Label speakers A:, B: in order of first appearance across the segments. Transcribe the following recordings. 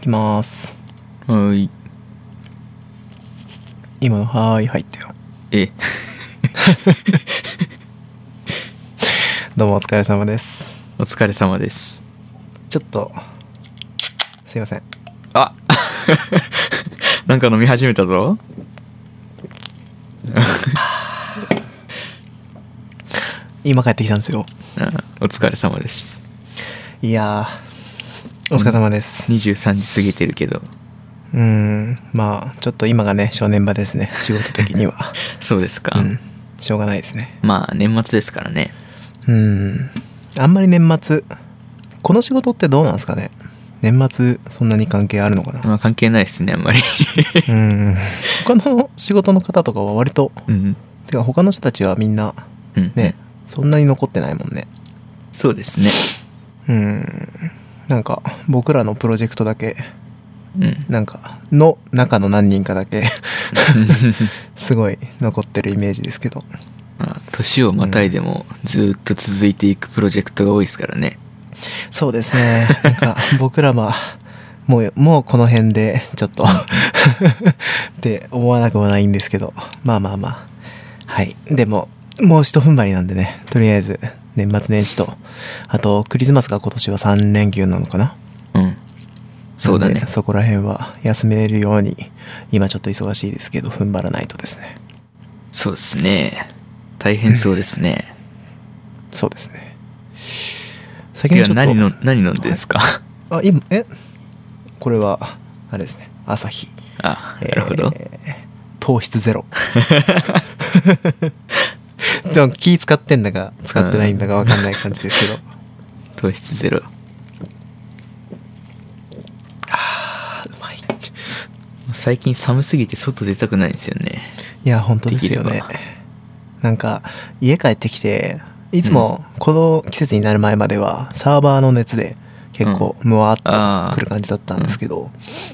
A: きます
B: はい
A: 今の「はーい」入ったよ
B: え
A: どうもお疲れ様です
B: お疲れ様です
A: ちょっとすいません
B: あ なんか飲み始めたぞ
A: 今帰ってきたんですよ
B: あお疲れ様です
A: いやーお疲れ様です
B: 23時過ぎてるけど
A: うーんまあちょっと今がね正念場ですね仕事的には
B: そうですか、
A: うんしょうがないですね
B: まあ年末ですからね
A: うんあんまり年末この仕事ってどうなんですかね年末そんなに関係あるのかな
B: まあ関係ないですねあんまり
A: うん他の仕事の方とかは割と
B: うん
A: てか他の人たちはみんな
B: うん
A: ねそんなに残ってないもんね
B: そうですね
A: うんなんか僕らのプロジェクトだけ
B: うん
A: なんかの中の何人かだけ すごい残ってるイメージですけど
B: まあ年をまたいでもずーっと続いていくプロジェクトが多いですからね
A: そうですねなんか僕らはもうもうこの辺でちょっと って思わなくもないんですけどまあまあまあはいでももう一踏ん張りなんでねとりあえず年末年始とあとクリスマスが今年は3連休なのかな
B: うんそうだ
A: なん
B: ね
A: でそこら辺は休めるように今ちょっと忙しいですけど踏ん張らないとですね
B: そうですね大変そうですね、
A: そうですね最
B: い
A: 近
B: や
A: ちょっと
B: 何の何飲んでんですか、
A: あ今えこれはあれですね朝日
B: あなるほど、
A: えー糖質ゼロでも気使ってんだか使ってないんだかわかんない感じですけど
B: 糖質ゼロ
A: あーうまいい
B: 最近寒すぎて外出たくないんですよね
A: や本当ですよ
B: でき
A: ね
B: れば
A: なんか家帰ってきていつもこの季節になる前まではサーバーの熱で結構ムワーっ
B: あ
A: とくる感じだったんですけど、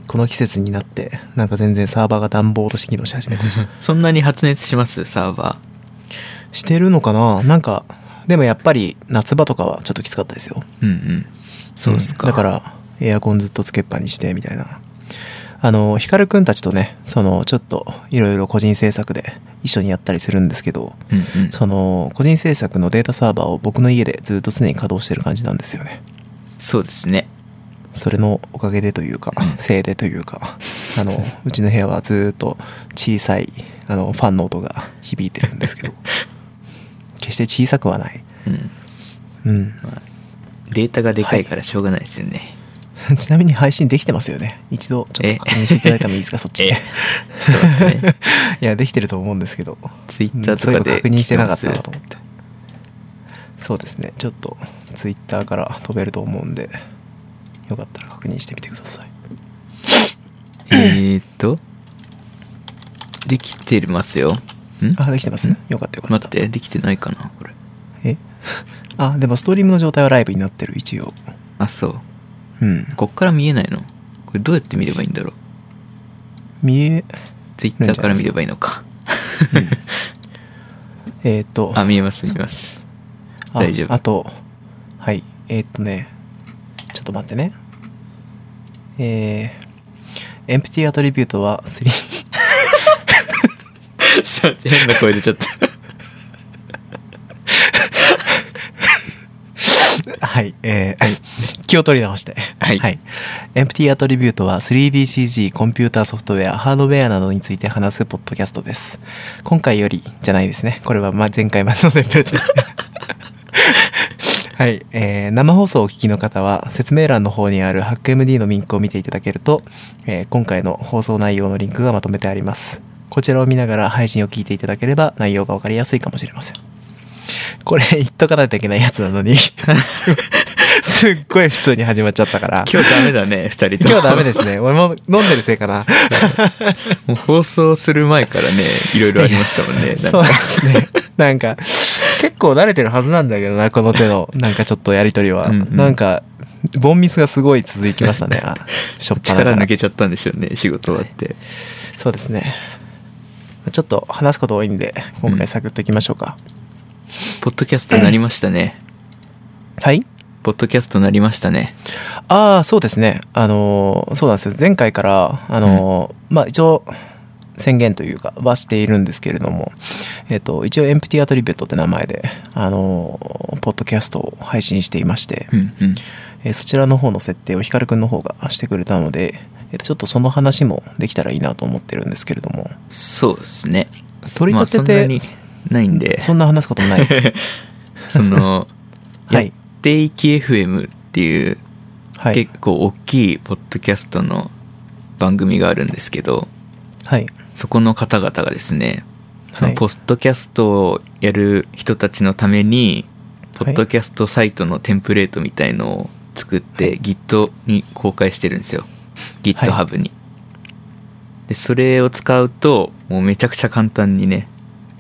A: この季節になってなんか全然サーバーが暖房として機能し始めて
B: あそんなに発熱しますサーバ
A: してるのかななんかでもやっぱり夏場とかはちょっときつかったですよ
B: ーうんうんそうっすか、
A: んだからエアコンずっとつけっぱにしてみたいなあのヒカルくんたちとねそのちょっといろいろ個人制作で一緒にやったりするんですけど
B: うんうん
A: その個人制作のデータサーバーを僕の家でずっと常に稼働してる感じなんですよね
B: そうですね
A: それのおかげでというか
B: うん
A: せいでというかあ のうちの部屋はずっと小さいあのファンの音が響いてるんです けど決して小さくはない
B: うん
A: うん
B: データがでかいからしょうがないですよね、
A: ちなみに配信できてますよね。一度ちょっと確認していただいてもいいですか、そっちで。
B: えちょっと待ってね
A: いや、できてると思うんですけど、
B: ツイ
A: う
B: ッ
A: ん
B: ター
A: そうい
B: と
A: え
B: か
A: ば
B: で
A: 確認してなかったな
B: 聞き
A: と
B: ます
A: 思って。そうですね、ちょっとツイッターから飛べると思うんで、よかったら確認してみてください。
B: えーっとできてますよん
A: あ、できてますよかったよかった。
B: 待ってできてないかなこれ
A: えあ、でもストリームの状態はライブになってる、一応。
B: あそう
A: うん。
B: こっから見えないのこれどうやって見ればいいんだろう
A: 見え、
B: ツイッターから見ればいいのか
A: えーっと、
B: あ見えます見え ます
A: あ
B: 大丈夫
A: あとはいえーっとねちょっと待ってねえー、エンプティアトリビュートは3
B: ちょっと待って変な声出ちゃった
A: はいえー 気を取り直して
B: はい
A: エンプティアトリビュートは 3DCG コンピューターソフトウェアハードウェアなどについて話すポッドキャストです今回よりじゃないですねこれはまあ前回までのレベルです ねはい、えー生放送をお聞きの方は説明欄の方にある HackMD のリンクを見ていただけると、えー今回の放送内容のリンクがまとめてありますこちらを見ながら配信を聞いていただければ内容がわかりやすいかもしれませんこれ言っとかないといけないやつなの にすっごい普通に始まっちゃったから
B: 今日ダメだね二人とも
A: 今日ダメですね。俺も飲んでるせいかな。
B: もう放送する前からねいろいろありましたもんね
A: そう
B: なん
A: で
B: か
A: すね。なんか、結構慣れてるはずなんだけどな、この手の、なんかちょっとやりとりは。
B: うんうん
A: なんか、ボンミスがすごい続きました ね。あしょっぱなから
B: 力抜けちゃったんでしょうね仕事終わって
A: そうですね。ちょっと話すこと多いんで、今回サクッといきましょうか。
B: ポッドキャストなりましたね
A: はい
B: ポッドキャストなりましたね
A: ああそうですねあのーそうなんですよ前回からあのー、まあ一応宣言というかはしているんですけれども、えっと一応エンプティアトリビュットって名前であのーポッドキャストを配信していまして、
B: うんうん。
A: えーそちらの方の設定をヒカルくんの方がしてくれたので、えっとちょっとその話もできたらいいなと思ってるんですけれども
B: そうですね。
A: 取り立てて、
B: まあそんなにないんで。
A: そんな話すこと もない
B: その、
A: は
B: や
A: い
B: っていき FM っていう、
A: はい
B: 結構大きいポッドキャストの番組があるんですけど、
A: はい
B: そこの方々がですね、そ
A: は
B: の
A: い
B: ポッドキャストをやる人たちのために、ポッドキャストサイトのテンプレートみたいのを作って、
A: はい
B: Git に公開してるんですよ。GitHub に。で、それを使うと、もうめちゃくちゃ簡単にね、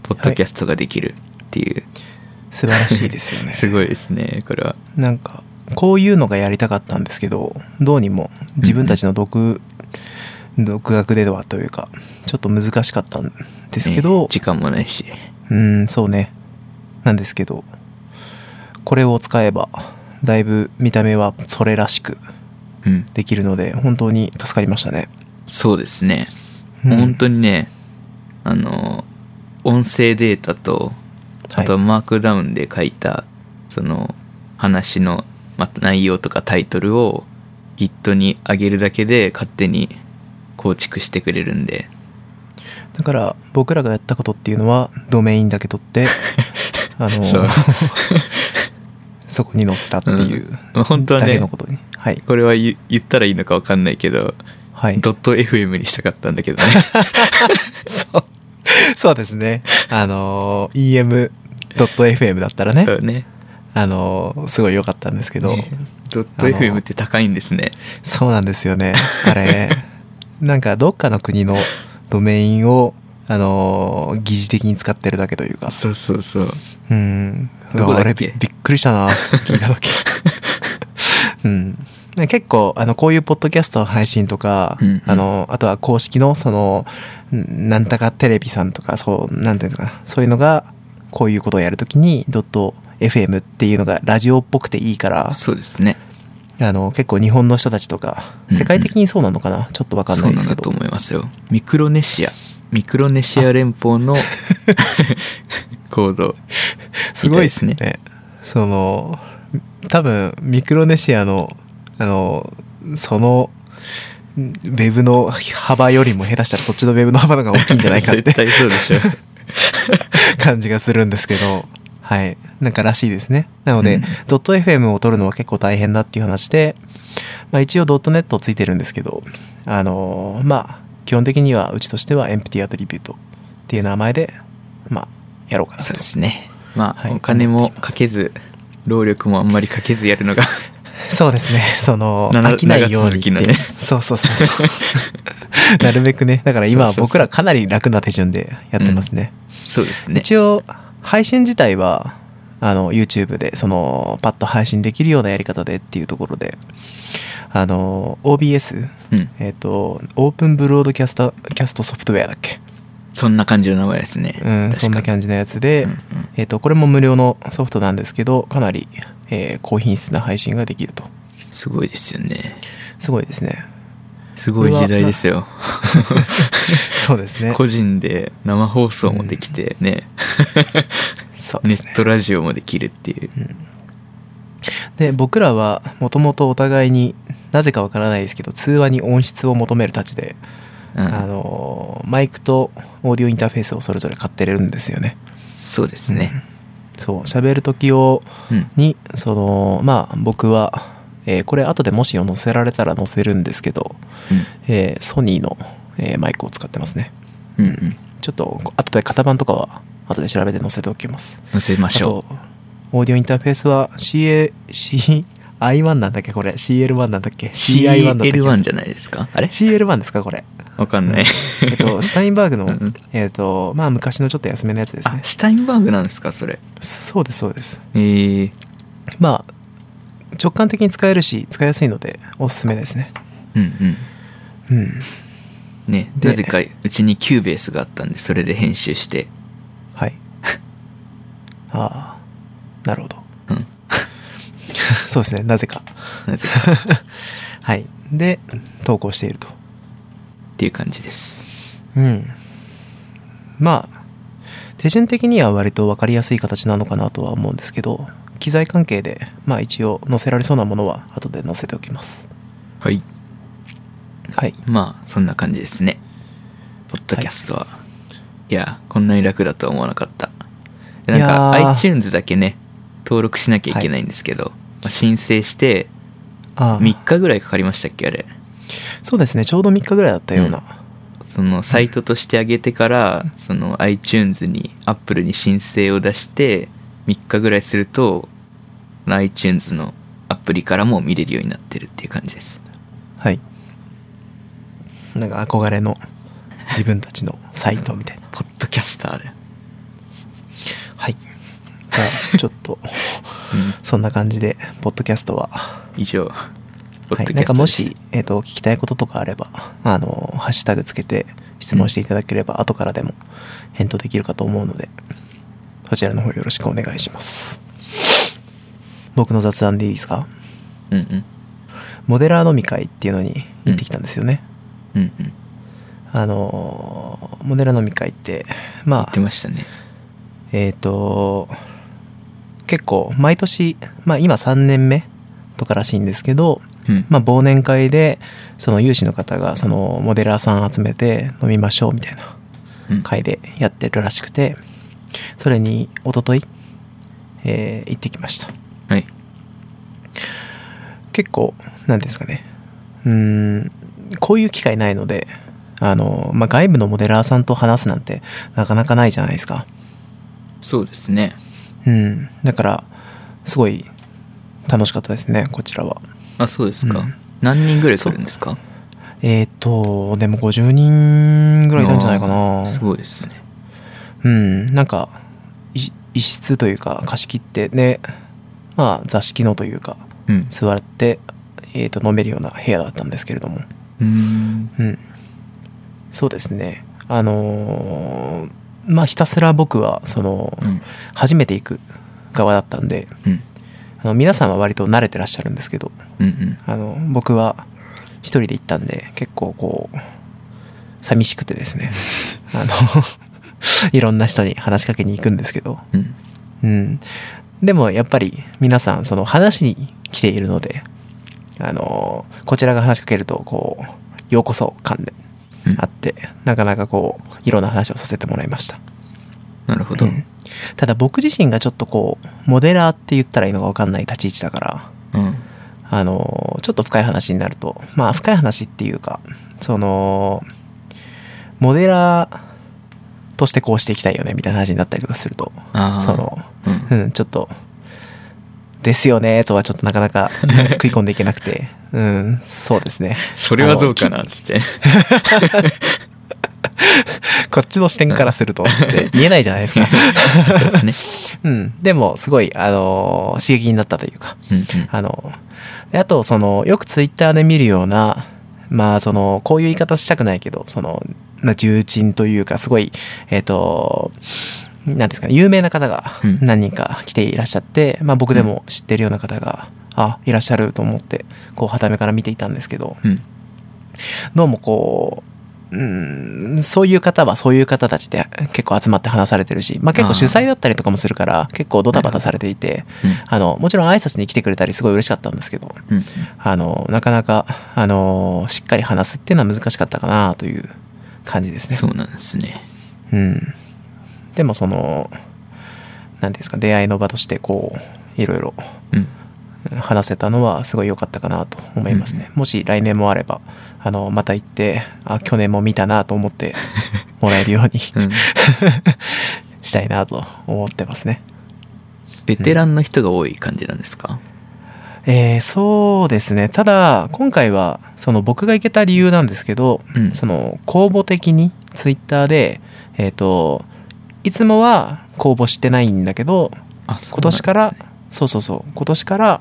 B: ポッドキャストができるっていう、
A: 素晴らしいですよね
B: すごいですね、これは。
A: なんかこういうのがやりたかったんですけどどうにも自分たちの独、独学ではというかちょっと難しかったんですけ
B: ね
A: ど、
B: 時間もないし。
A: うんそうねなんですけどこれを使えばだいぶ見た目はそれらしく
B: うん。
A: できるので本当に助かりましたね、
B: そうですね。
A: うん
B: 本当にね、あの、音声データと、あとは
A: はい
B: マークダウンで書いた、その話の、まあ、内容とかタイトルを Git に上げるだけで勝手に構築してくれるんで、
A: だから僕らがやったことっていうのはドメインだけ取って あの
B: そう
A: そこに載せたっていう
B: まあ本当は
A: だけ
B: ね
A: の、ことに、はい
B: これは言言ったらいいのかわかんないけど、
A: はい
B: ドット .fm にしたかったんだけどね。
A: そう。 そうですね。あのー、em.fm だったら ね
B: そ、うね。
A: あのーすごい良かったんですけど、
B: ねドット .fm って高いんですね。
A: そうなんですよね。あ れ、なんかどっかの国のドメインを、あのー疑似的に使ってるだけというか。
B: そうそうそう。
A: うん。
B: どこだっ
A: あ
B: け
A: れびびっくりしたな、聞いた 時うん。ね結構、あの、こういうポッドキャストの配信とか、
B: うんうん
A: あの、あとは公式の、その、んなんたかテレビさんとか、そう、なんていうのかな、そういうのが、こういうことをやるときに、ドット FM っていうのがラジオっぽくていいから、
B: そうですね。
A: あの、結構日本の人たちとか、
B: うんうん
A: 世界的にそうなのかな、ちょっとわかん
B: そ
A: な
B: う
A: いで
B: なん
A: すけ
B: だ
A: ど。
B: と思いますよ。ミクロネシア。ミクロネシア連邦 の コード。
A: すごいですね
B: みた。
A: その多分ミクロネシアのあのそのんウェブの幅よりも下手したらそっちのウェブの幅の方が大きいんじゃないか って
B: 絶対そうでしょ。
A: 感じがするんですけどはいなんからしいですねなので、
B: うん
A: ドット .fm を取るのは結構大変だっていう話で、まあ、一応ドットネットついてるんですけどあのまあ基本的にはうちとしてはエンプティアトリビュートっていう名前でまあやろうかな
B: そう
A: と
B: ですね。まあ、
A: はい
B: お金もかけず、労力もあんまりかけずやるのが
A: そうですね。 その、
B: な
A: 飽きないようにって
B: 長続きのね
A: そうそうそうそう。 なるべくね。だから今
B: そうそうそう
A: 僕らかなり楽な手順でやってますね。
B: そうですね。
A: 一応、配信自体は、あの、YouTube で、その、パッと配信できるようなやり方でっていうところで、あの、OBS、
B: うん。
A: えっ、と、オープンブロードキャスト、キャストソフトウェアだっけ
B: そんな感じの名前ですね。
A: うん、そんな
B: じ。
A: 感じのやつで、
B: うんうん
A: えっ、と、これも無料のソフトなんですけど、かなり、えー高品質な配信ができると。
B: すごいですよね。
A: すごいです ね。
B: すごい時代ですよ。
A: そうですね。
B: 個人で生放送もできてね、
A: そうで
B: ネ
A: すね
B: ッ。トラジオもできるっていう。
A: で僕らはもともとお互いになぜかわからないですけど通話に音質を求めるたちで、
B: うん
A: あのーマイクとオーディオインターフェースをそれぞれ買ってるんですよね。
B: そうですね。
A: そう喋る時用
B: うん。
A: にそのまあ僕は、えーこれ後でもし載せられたら載せるんですけど、えーソニーの、えーマイクを使ってますね。
B: うん。うんうん。
A: ちょっと後で型番とかは後で調べて載せておきます。
B: 載せましょ
A: あとオーディオインターフェースは CACI1 なんだっけこれ CL1 なんだっけ
B: う。CL1
A: だっけ
B: じゃないですかあれ
A: CL1 ですか これ
B: わかんない。
A: えっとシュタインバーグの
B: うんうん
A: えっとまあ昔のちょっと安めのやつです
B: あ、
A: ね
B: シュタインバーグなんですかそれ。
A: そうですそうです
B: えー、
A: まあ直感的に使えるし使いやすいのでおすすめですね
B: うんうん。
A: うん
B: ね、
A: で
B: なぜかうちにキューベースがあったんで、それで編集して。
A: はい ああなるほど
B: うん。
A: そうですねなぜか
B: なぜか。
A: はい。で、投稿していると。
B: っていう感じです。
A: うん。まあ、手順的には割と分かりやすい形なのかなとは思うんですけど、機材関係で、まあ一応載せられそうなものは後で載せておきます。
B: はい。
A: はい。
B: まあ、そんな感じですね。ポッドキャストは。い、や、こんなに楽だとは思わなかった。なんか
A: いやー
B: iTunes だけね、登録しなきゃいけないんですけど、まあ申請して
A: ああ、
B: 3日ぐらいかかりましたっけ、あれ。
A: そうですね。ちょうど3日ぐらいだったような。
B: そのサイトとして上げてから、その iTunes に、Apple に申請を出して、3日ぐらいすると、iTunes のアプリからも見れるようになってるっていう感じです。
A: はい。なんか憧れの自分たちのサイトみたいな。
B: ポッドキャスターで。
A: はい。じゃあ、ちょっと、
B: うん
A: そんな感じで、ポッドキャストは、
B: 以上。ポッドキャスト
A: はい、
B: です
A: なんかもし、えっ、と、聞きたいこととかあれば、あの、ハッシュタグつけて質問していただければ、後からでも返答できるかと思うので、そちらの方よろしくお願いします。僕の雑談でいいですか
B: うんうん。
A: モデラー飲み会っていうのに行ってきたんですよね。
B: うんうん。
A: あの、モデラー飲み会って、まあ
B: 言って、ましたね。
A: えっ、と、結構毎年、まあ今3年目とからしいんですけど、
B: うん。
A: まあ忘年会で、その有志の方がそのモデラーさん集めて飲みましょうみたいな
B: うん
A: 会でやってるらしくて、それに一昨日、えー行ってきました。
B: はい。
A: 結構、なんですかね。うーん、こういう機会ないので、あの、まあ外部のモデラーさんと話すなんてなかなかないじゃないですか。
B: そうですね。
A: うん、だからすごい楽しかったですねこちらは
B: あ、そうですか。
A: うん
B: 何人ぐらい来るんですか
A: えっ、とでも50人ぐらいいたんじゃないか
B: あ
A: な
B: ーすごいですね。
A: うんなんかい一室というか貸し切ってでまあ座敷のというか
B: うん。
A: 座って、えー、と飲めるような部屋だったんですけれども
B: うーん。
A: うんそうですねあのーまあひたすら僕はその、
B: うん。
A: 初めて行く側だったんで
B: うん。
A: あの皆さんは割と慣れてらっしゃるんですけど
B: うんうん。
A: あの僕は一人で行ったんで結構こう寂しくてですねあの いろんな人に話しかけに行くんですけど、
B: うん。
A: うん、でもやっぱり皆さんその話に来ているのであのこちらが話しかけるとこうようこそ感で
B: うん
A: あって、なかなかこういろんな話をさせてもらいました、
B: なるほど。
A: う
B: うん
A: ただ僕自身がちょっとこうモデラーって言ったらいいのか分かんない立ち位置だから
B: ん。
A: あのちょっと深い話になるとまあ深い話っていうかそのモデラーとしてこうしていきたいよねみたいな話になったりとかすると
B: ああ。
A: その、
B: うん。
A: うん、ちょっと「ですよね」とはちょっとなかなか食い込んでいけなくてうんそうですね
B: それはどうかなっつって。
A: こっちの視点からするとって言えないじゃないですか、
B: そうです
A: うん、でもすごいあの刺激になったというか
B: ね。うん
A: あの、であと、その、よくツイッターで見るような、まあ、その、こういう言い方したくないけど、その、まあ、重鎮というか、すごい、えっ、と、なんですかね、有名な方が
B: うん
A: 何人か来ていらっしゃって、まあ、僕でも知ってるような方が、あ、いらっしゃると思って、こう、はためから見ていたんですけど、
B: うん。うん。
A: どうもこう、うん、そういう方はそういう方たちで結構集まって話されてるし、まあ、結構主催だったりとかもするから、結構ドタバタされていて、あの、もちろん挨拶に来てくれたりすごい嬉しかったんですけど、
B: うん。うん。
A: あの、なかなか、あの、しっかり話すっていうのは難しかったかなという感じですね。
B: そうなんですね。
A: うん。でもその、何ですか、出会いの場としてこう、いろいろ
B: うん。
A: 話せたのはすごい良かったかなと思いますね。もし来年もあれば、あの、また行って、あ、去年も見たなと思っ てもらえるように
B: うん。
A: したいなと思ってますね。
B: ベテランの人が多い感じなんですか
A: えーそうですね。ただ、今回は、その僕が行けた理由なんですけど、
B: うん。
A: その公募的にツイッターで、えっ、と、いつもは公募してないんだけど、
B: あ、そう
A: 今年から、そうそうそう、今年から、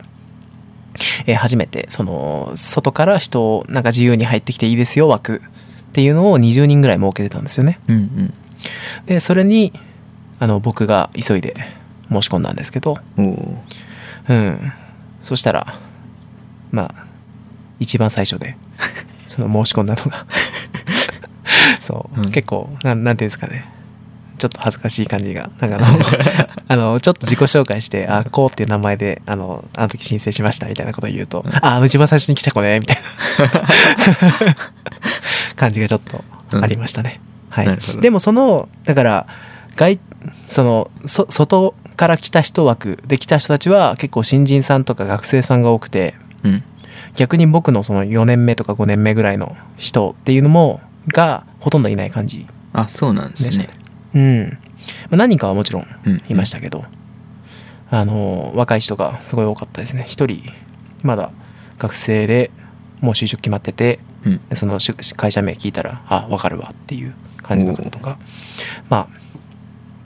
A: えー初めて、その、外から人をなんか自由に入ってきていいですよ、枠っていうのを20人ぐらい設けてたんですよね。
B: なんだ。
A: で、それに、あの、僕が急いで申し込んだんですけど、
B: うんうん。
A: う
B: おお。
A: ん。そしたら、まあ、一番最初 でその申し込んだの がそう、
B: うん
A: 結構なんなんていうんですかねちょっと恥ずかしい感じがなんかあの あのちょっと自己紹介して「あこう」っていう名前であのあの時申請しましたみたいなことを言うと「ああの一番最初に来た子ね」みたいな 感じがちょっとありましたね、はい
B: なるほど
A: でもそのだから外そのそ外から来た人枠で来た人たちは結構新人さんとか学生さんが多くて
B: うん。
A: 逆に僕のその4年目とか5年目ぐらいの人っていうのもがほとんどいない感じ
B: あ、そうなんで
A: ですした
B: ね
A: ね。。うんまあ、何人かはもちろん
B: うん。
A: いましたけど、あの若い人がすごい多かったですね一人まだ学生でもう就職決まってて、
B: うん
A: そのし会社名聞いたらあ分かるわっていう感じの方とかま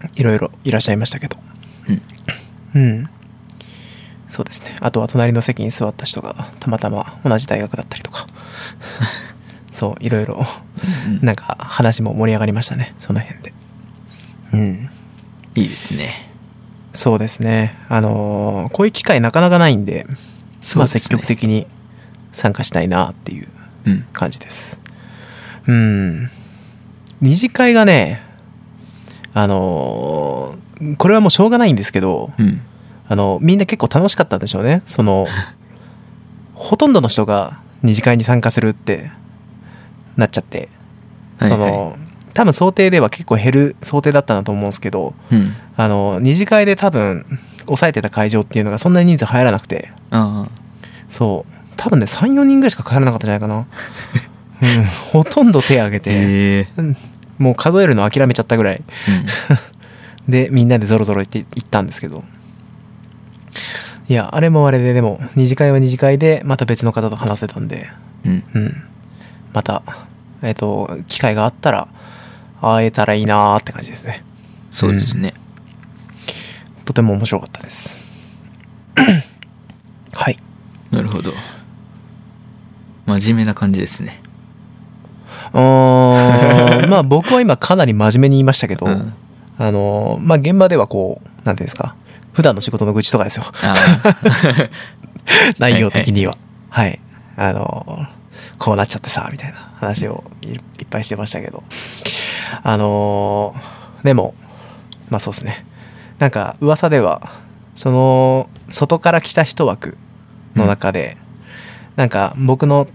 A: あいろいろいらっしゃいましたけどうん、そうですねあとは隣の席に座った人がたまたま同じ大学だったりとかそういろいろ
B: うんうん
A: なんか話も盛り上がりましたねその辺でうん
B: いいですね。
A: そうですね。あのーこういう機会なかなかないんで、まあ積極
B: 的。
A: 的に参加したいなっていう
B: うん。
A: 感じです。うん。二次会がね、あのーこれはもうしょうがないんですけど、
B: うん。
A: あの、みんな結構楽しかったんでしょうね。そ の、ほとんどの人が二次会に参加するってなっちゃって、その、
B: はいは
A: 多分想定では結構減る想定だったなと思うんですけど、
B: うん。
A: あの二次会で多分抑えてた会場っていうのがそんなに人数入らなくて
B: あ
A: そう多分ね34人ぐらいしか入らなかったんじゃないかな、うん、ほとんど手挙げ
B: あ。
A: て、
B: ええ。
A: もう数えるの諦めちゃったぐらいでみんなでゾロゾロ行って行ったんですけどいやあれもあれででも二次会は二次会でまた別の方と話せたんで
B: うん。うん。
A: うんまたえっ、と機会があったら会えたらいいなーって感じですね
B: そうですね。
A: とても面白かったです はい
B: なるほど。真面目な感じですね。
A: うー んまあ僕は今かなり真面目に言いましたけど、
B: うん。
A: あのまあ現場ではこうなんていうんですか普段の仕事の愚痴とかですよ
B: ああ。
A: 内容的にははい、あのこうなっちゃってさみたいな話をいいっぱいしてましたけどあのでもまあそうですねなんか噂ではその外から来た人枠の中で、なんか僕の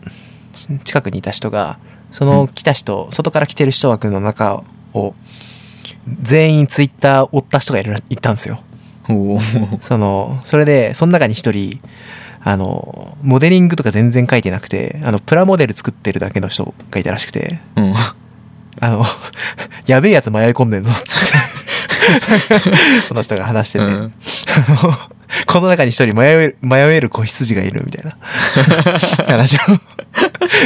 A: ち近くにいた人がその来た人、外から来てる人枠の中を全員ツイッター追った人がいるいたんですよ
B: お ー
A: そのそれでその中に一人あのモデリングとか全然書いてなくてあのプラモデル作ってるだけの人がいたらしくて
B: うん。
A: あの やべえやつ迷い込んでんぞっつ ってその人が話してて、
B: う
A: あの
B: ん
A: この中に一人迷える迷える子羊がいるみた いな話を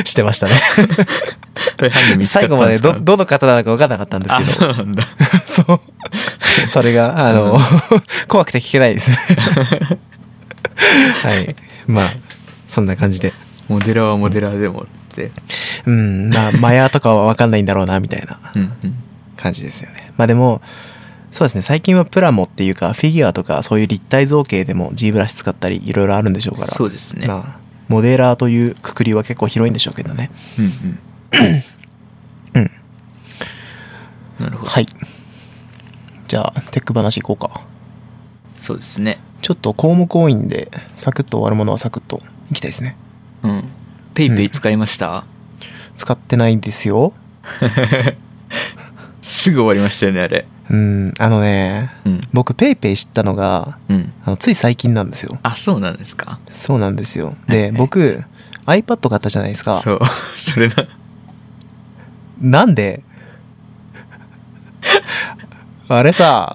A: してましたね最後までどどの方なのか分からなかったんです
B: あ、
A: けど
B: そうなんだ。
A: そう。それが、あの、
B: うん
A: 怖くて聞けない ですね。はい。まあ、そんな感じで。
B: モデラーはモデラーでもって。
A: うん、まあ、マヤとかは分かんないんだろうな、みたいな
B: うん。
A: 感じですよね。まあでも、そうですね、最近はプラモっていうか、フィギュアとか、そういう立体造形でも G ブラシ使ったり、いろいろあるんでしょう
B: うん
A: から。
B: そうですね。
A: まあ、モデラーというくくりは結構広いんでしょうけどね。
B: うんうん。
A: うん。
B: なるほど。
A: はい。じゃあ、テック話いこうか。
B: そうですね。
A: ちょっと項目多いんで、サクッと終わるものはサクッといきたいですね。
B: うん。ペイペイ使いました、
A: 使ってないですよ。
B: すぐ終わりましたよね、あれ。
A: うん、あのね、
B: うん。
A: 僕ペイペイ知ったのが、
B: うん。
A: あのつい最近なんですよ。
B: あ、そうなんですか
A: そうなんですよ。
B: はいは
A: で、
B: い
A: 僕、iPad 買ったじゃないですか。
B: そう。 それだ。
A: なんで あれさ、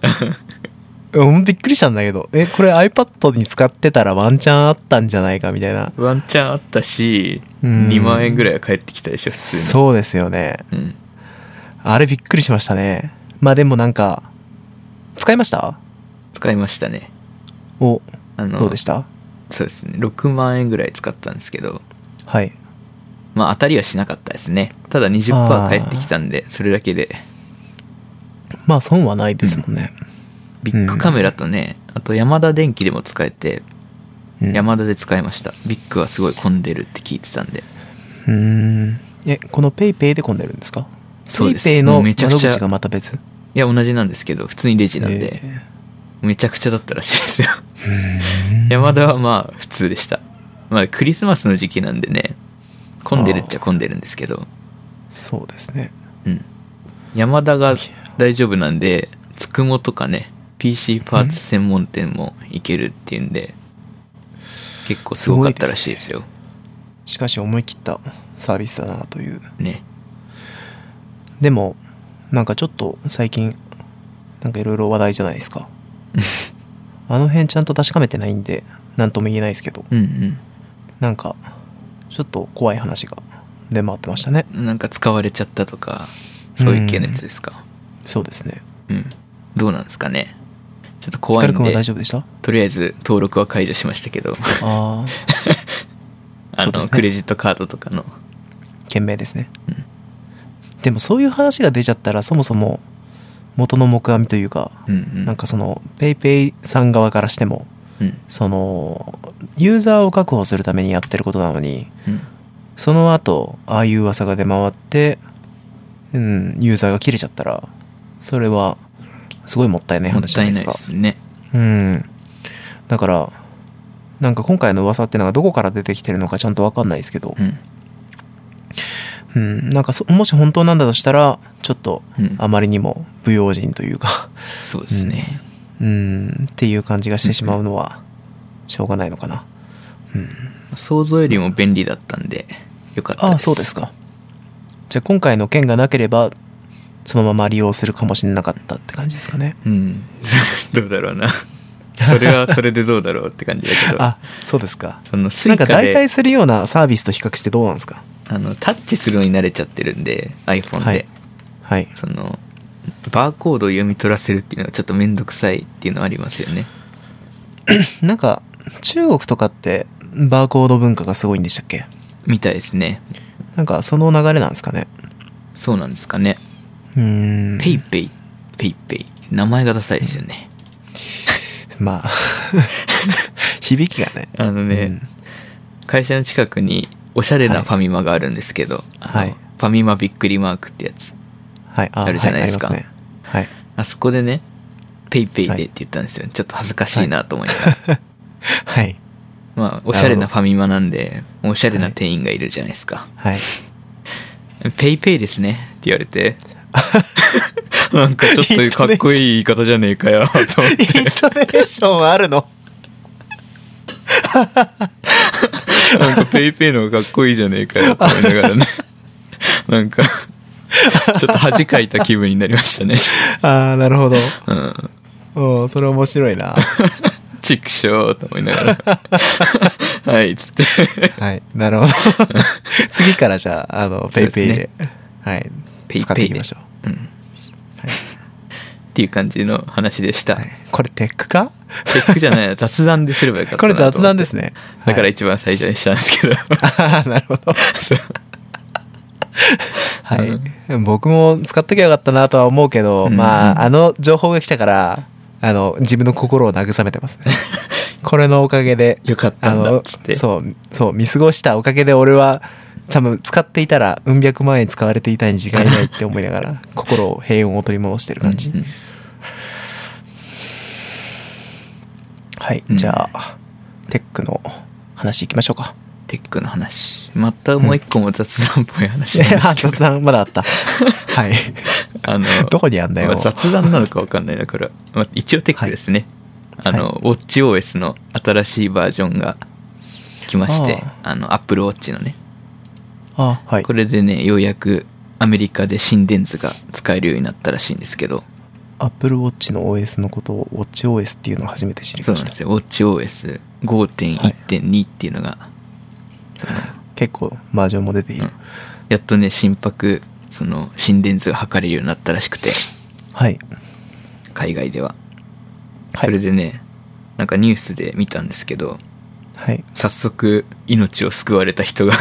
A: うんびっくりしたんだけど、え、これ iPad に使ってたらワンチャンあったんじゃないかみたいな。
B: ワンチャンあったし、
A: うん
B: 2万円ぐらいは返ってきたでしょ、普通に。
A: そうですよね。
B: うん。
A: あれびっくりしましたね。まあでもなんか、使いました
B: 使いましたね。
A: お、
B: あの、
A: どうでした
B: そうですね。6万円ぐらい使ったんですけど、
A: はい。
B: まあ当たりはしなかったですね。ただ
A: あー
B: 20%返ってきたんで、それだけで。
A: まあ損はないですもんね。
B: ビッグカメラとね、あとヤマダ電機でも使えて、
A: うん
B: 山田で使いましたビッグはすごい混んでるって聞いてたんで
A: うーんえこの PayPay ペイペイで混んでるんですか
B: そうです
A: ペイペイの
B: めちゃ
A: 窓
B: くちゃ
A: 口がまた別
B: いや同じなんですけど普通にレジなんで、
A: え
B: めちゃくちゃだったらしいですよ
A: ー うーん
B: 山田はまあ普通でしたまあクリスマスの時期なんでね混んでるっちゃ混んでるんですけど
A: そうですね
B: うん山田が大丈夫なんでつくもとかね PC パーツ専門店も行けるっていうんで結構すごかったらしいですよ
A: しかし思い切ったサービスだなという
B: ね
A: でもなんかちょっと最近なんかいろいろ話題じゃないです かあの辺ちゃんと確かめてないんで何とも言えないですけど
B: うん
A: なんかちょっと怖い話が出回ってましたね
B: うんなんか使われちゃったとかそういう系のやつですか
A: そうですね
B: うん、どうなんですかねちょっと怖
A: 光
B: いん
A: くんは
B: で
A: 大丈夫でした
B: とりあえず登録は解除しました けど
A: ああ
B: あ
A: そう
B: の
A: ですね
B: クレジットカードとかの
A: 懸命ですね、
B: うん
A: でもそういう話が出ちゃったらそもそも元の目阿弥というか
B: うんうん
A: なんかその PayPay ペイペイさん側からしても
B: うん
A: そのユーザーを確保するためにやってることなのに
B: うん
A: その後ああいう噂が出回ってうんユーザーが切れちゃったらそれはすごいもったいない
B: もっ
A: 話じゃ
B: た
A: ない
B: い
A: です
B: ない
A: か
B: ですね
A: うんだからなんか今回の噂ってのがどこから出てきてるのかちゃんと分かんないですけど
B: うん
A: うんなんかそもし本当なんだとしたらちょっと
B: うん
A: あまりにも不用心というか
B: そうですね、
A: うんっていう感じがしてしまうのはしょうがないのかなうん
B: 想像よりも便利だったんでよかったです
A: ああそうですかじゃあ今回の件がなければそのまま利用するかもしれなかったって感じですかね
B: うん どうだろうなそれはそれでどうだろうって感じだけ ど
A: あそうですか
B: そのス
A: なん
B: イ
A: か
B: カ
A: 代
B: で
A: 替するようなサービスと比較してどうなんですか
B: あのタッチするのに慣れちゃってるんで iPhone で、
A: はいはい
B: そのバーコードを読み取らせるっていうのはちょっと面倒くさいっていうのはありますよね
A: なんか中国とかってバーコード文化がすごいんでしたっけ
B: みたいですね
A: なんかその流れなんですかね
B: そうなんですかね
A: うーん
B: ペイペイペイペイ名前がダサいですよね、
A: ま あ響きがね
B: あのね、会社の近くにおしゃれなファミマがあるんですけど、あの
A: はい
B: ファミマびっくりマークってやつ
A: はいあ
B: あるじゃないですか
A: はい、ありますねはい
B: あそこでねペイペイでっ
A: はい
B: て言ったんですよ、ちょっと恥ずかしいなと思いながら、
A: はい
B: まあおしゃれなファミマなんでおしゃれな店員がいるじゃないですか、
A: はい
B: ペイペイですねって言わ れてなんかちょっとかっこいい言い方じゃねえかよと思っ
A: イン
B: て
A: トネーションあるの
B: なんかペイペイの方がかっこいいじゃねえかよと思いなが らねなんかちょっと恥かいた気分になりましたね
A: ああなるほど
B: うん
A: うん、それ面白いな。
B: チクショーと思いながら はいっつって
A: はい、なるほど。 次からじゃあ、あ の、ペイペイで、はい、
B: ペイペイで
A: 使っていきましょ
B: うん、っていう感じの話でし
A: う。
B: た、
A: はい、これテックか
B: チェックじゃない雑談ですればよかった
A: これ
B: なと思って
A: 雑談ですね。
B: だから
A: はい、
B: 一番最初にしたんですけど
A: ああ、 なるほど。
B: そう
A: はい。僕も使っときゃよかったなとは思うけど、
B: うん
A: まあ、あの情報が来たから、あの、自分の心を慰めて ますね。これのおかげで、
B: よかっ
A: あ
B: たんだっ
A: の
B: つって、
A: そう、そう、見過ごしたおかげで俺は、多分使っていたら、うん百万円使われていたに違いないって思いなが ら、心を平穏を取り戻してる感じ。
B: うんうん
A: はい、
B: うん
A: じゃあ、テックの話いきましょうか。
B: テックの話またもう一個も雑談っぽい話
A: い
B: なん
A: や、
B: ですけど
A: 雑談まだ あった。 はい。
B: あの
A: どこに あんだ
B: ま
A: よ
B: あ。雑談なのかわかんないなこれは、まあ、一応テックですね、
A: い
B: あの、ウォッチ OS の新しいバージョンが来まして
A: あ
B: あの Apple Watch のね
A: あ、はい
B: こ。れでねようやくアメリカで心電図が使えるようになったらしいんですけど
A: Apple Watch の OS のことを WatchOS っていうのを初めて知り
B: そう
A: ま
B: な
A: し
B: ん
A: た
B: で。すよ WatchOS5.1.2 っていうのが、
A: 結構バージョンも出ている。
B: うんやっとね心拍その心電図が測れるようになったらしくて
A: はい。
B: 海外では、
A: はい
B: それでねなんかニュースで見たんですけど
A: はい。
B: 早速命を救われた人が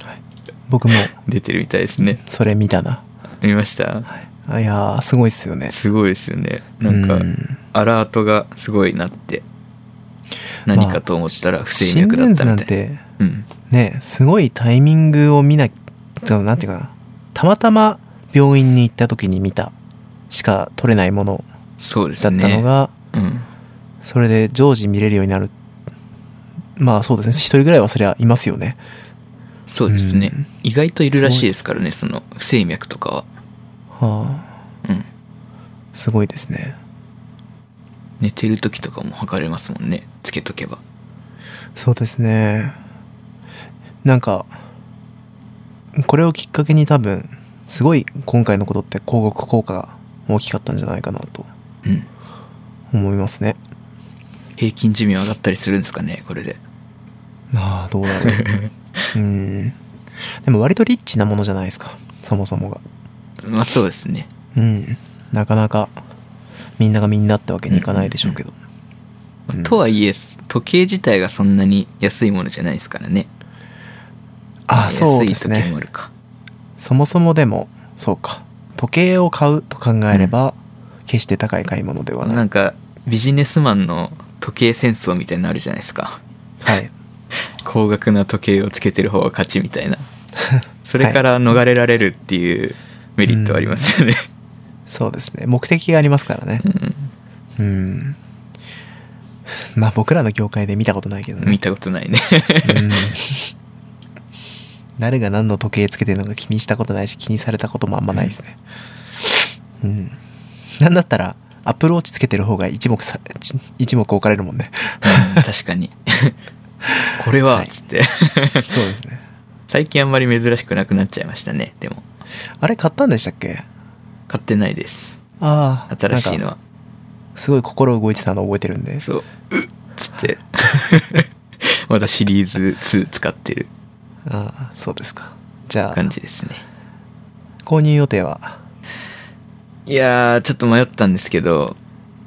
A: 僕も
B: 出てるみたいですね
A: それ見たな。
B: 見ました
A: あいやー、すごいっすよね。
B: すごいですよねなんか
A: うん
B: アラートがすごいなって何かと思ったら不正脈だったみたいな。
A: 新聞図なんて
B: うん。
A: ねすごいタイミングを見なそのなんていうかなたまたま病院に行った時に見たしか取れないもの
B: そうです
A: だったの
B: ね。
A: が、
B: うん。
A: それで常時見れるようになるまあそうですね一人ぐらいはそりゃいますよね
B: そうですね
A: うん。
B: 意外といるらしいですからね、その不整脈とかは。
A: はあ
B: うん。
A: すごいですね
B: 寝てる時とかも測れますもんね。つけとけば。
A: そうですねなんかこれをきっかけに多分すごい今回のことって広告効果が大きかったんじゃないかなと
B: うん。
A: 思いますね
B: 平均寿命上がったりするんですかね、これで。
A: ああどうだ ろううんでも割とリッチなものじゃないですかそもそもが
B: まあそうですね。
A: うんなかなかみんながみんなってわけにいかないでしょうけど、
B: まあ
A: うん
B: とはいえ、時計自体がそんなに安いものじゃないですからね。
A: あ
B: ま
A: あそうです
B: 安い時も
A: ね
B: あるか。
A: そもそもでもそうか時計を買うと考えれば、決して高い買い物ではない、
B: なんか、ビジネスマンの時計戦争みたいなのあるじゃないですか。
A: はい
B: 高額な時計をつけてる方が勝ちみた いな。それから逃れられるっていうメリットはありますよね。
A: そうですね目的がありますからねうんまあ僕らの業界で見たことないけど
B: うん 見
A: ね、
B: たことないね。
A: うん、誰が何の時計つけてるのか気にしたことないし気にされたこともあんまないですねうんなんだったらアップルウォッチつけてる方が一目さ一一目置かれるもんね
B: うん 確かに。これは、
A: はい
B: つって。
A: そうですね
B: 最近あんまり珍しくなくなっちゃいましたね。でも、
A: あれ買ったんでしたっけ
B: 買ってないです。
A: ああ
B: 新し
A: な
B: いの
A: んか
B: は。
A: すごい心動いてたの覚えてるんで
B: そう。うっつって。 まだシリーズ2使ってる
A: ああそうですかじゃあ
B: 感じですね。
A: 購入予定はい
B: やー、ちょっと迷ったんですけど、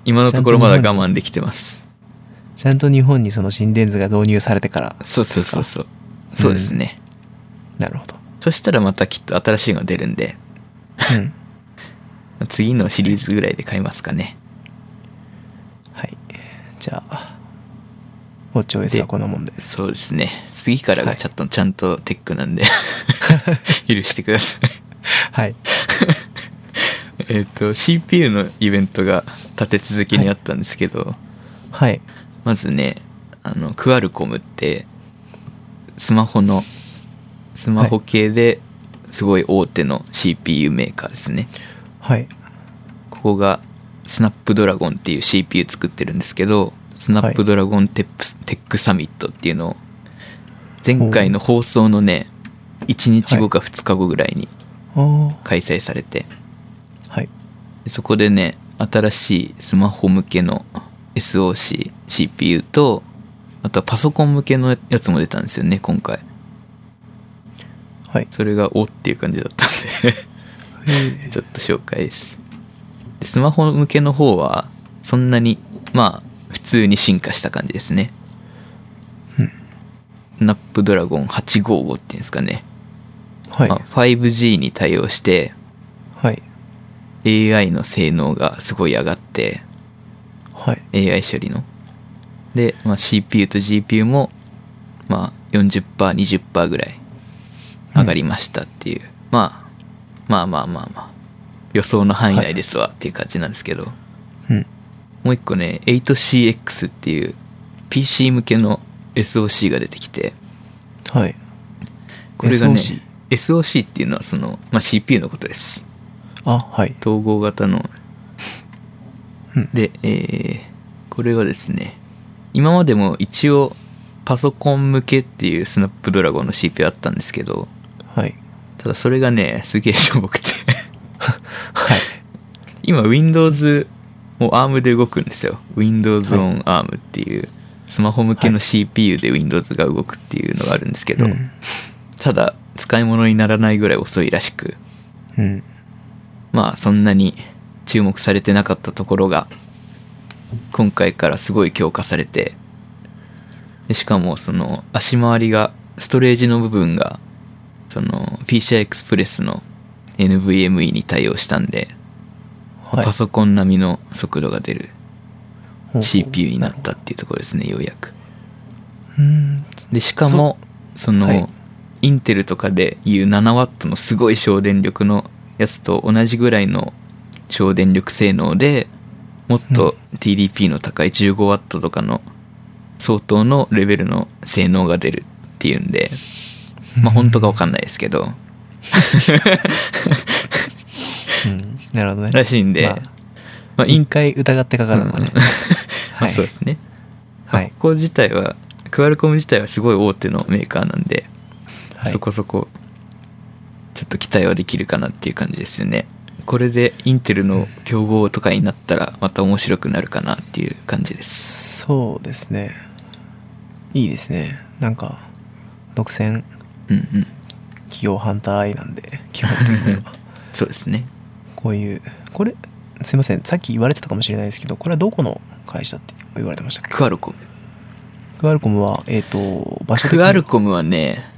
B: 今のところまだ我慢できてます。
A: ちゃんと日本にその心電図が導入されてから
B: そうそうそうそう。そうですね。
A: なるほ ど
B: そしたらまたきっと新しいのが出るんで、
A: うん
B: 次のシリーズぐらいで買いますかね。
A: はいじゃあウォッチ OS
B: で
A: はこんなもんで
B: そうですね。次からがちょっとちゃんとテック なんで、許してください。
A: はい
B: えっと、CPU のイベントが立て続けにあったんですけど、
A: はい
B: まずね、あの、クアルコムって、スマホの、スマホ系ですごい大手の CPU メーカーですね。
A: はい
B: ここが、スナップドラゴンっていう CPU 作ってるんですけど、スナップドラゴンテップス、テックサミットっていうのを、前回の放送のね、1日後か2日後ぐらいに
A: あー
B: 開催されて、
A: はい
B: そこでね、新しいスマホ向けの SOC、CPU と、あとはパソコン向けのやつも出たんですよね、今回。
A: はい
B: それがおっていう感じだったん
A: えー
B: で、 ちょっと紹介です。でスマホ向けの方は、そんなに、まあ、普通に進化した感じですね。
A: うん
B: スナップドラゴン855っていうんですかね。
A: はい
B: まあ 5G に対応して、
A: はい
B: AI の性能がすごい上がって、
A: はい
B: AI 処理の。で、まあ、CPU と GPU も、まあ、40%、20%ぐらい上がりましたっていう。まあ、まあまあまあまあ。予想の範囲内ですわっていう感じなんですけど。
A: うん
B: もう一個ね、8CX っていう PC 向けの SOC が出てきて、
A: はい
B: これがね、
A: SOC
B: SOC, っていうのはその、まあ、CPU のことです。
A: あはい
B: 統合型の
A: うん
B: で、えーこれはですね今までも一応パソコン向けっていうスナップドラゴンの CPU あったんですけど
A: はい
B: ただそれがねすげえしょぼくて
A: はい
B: 今 Windows も ARM で動くんですよ Windows
A: はい
B: on ARM っていうスマホ向け
A: は
B: の
A: い
B: CPU で Windows が動くっていうのがあるんですけ
A: う
B: ど、
A: ん
B: ただ使い物にならないぐらい遅いらしく
A: うん
B: まあそんなに注目されてなかったところが今回からすごい強化されてでしかもその足回りがストレージの部分がその PCI Express の NVMe に対応したんで、
A: はい
B: パソコン並みの速度が出る
A: ほうほう
B: CPU になっ
A: る
B: たっていうところですねようやく
A: うん
B: でしかもその、
A: はい
B: インテルとかでいう7ワットのすごい省電力のやつと同じぐらいの省電力性能でもっと TDP の高い15ワットとかの相当のレベルの性能が出るっていうんでまあ本当かわかんないですけど
A: うんなるほどね
B: らしいんで、
A: まあ
B: まあイン
A: 一回疑ってかかるのがね
B: うん
A: は
B: あ
A: い
B: そうですね、まあ
A: はい
B: ここ自体はクアルコム自体はすごい大手のメーカーなんで、
A: はい
B: そこそこちょっと期待はできるかなっていう感じですよねこれでインテルの競合とかになったらまた面白くなるかなっていう感じです
A: そうですねいいですねなんか独占
B: うんうん
A: 企業反対なんで基本的には
B: そうですね
A: こういうこれすいませんさっき言われてたかもしれないですけどこれはどこの会社って言われてましたっけ
B: クアルコム
A: クアルコムはえっ、と場所的に
B: クアルコムはね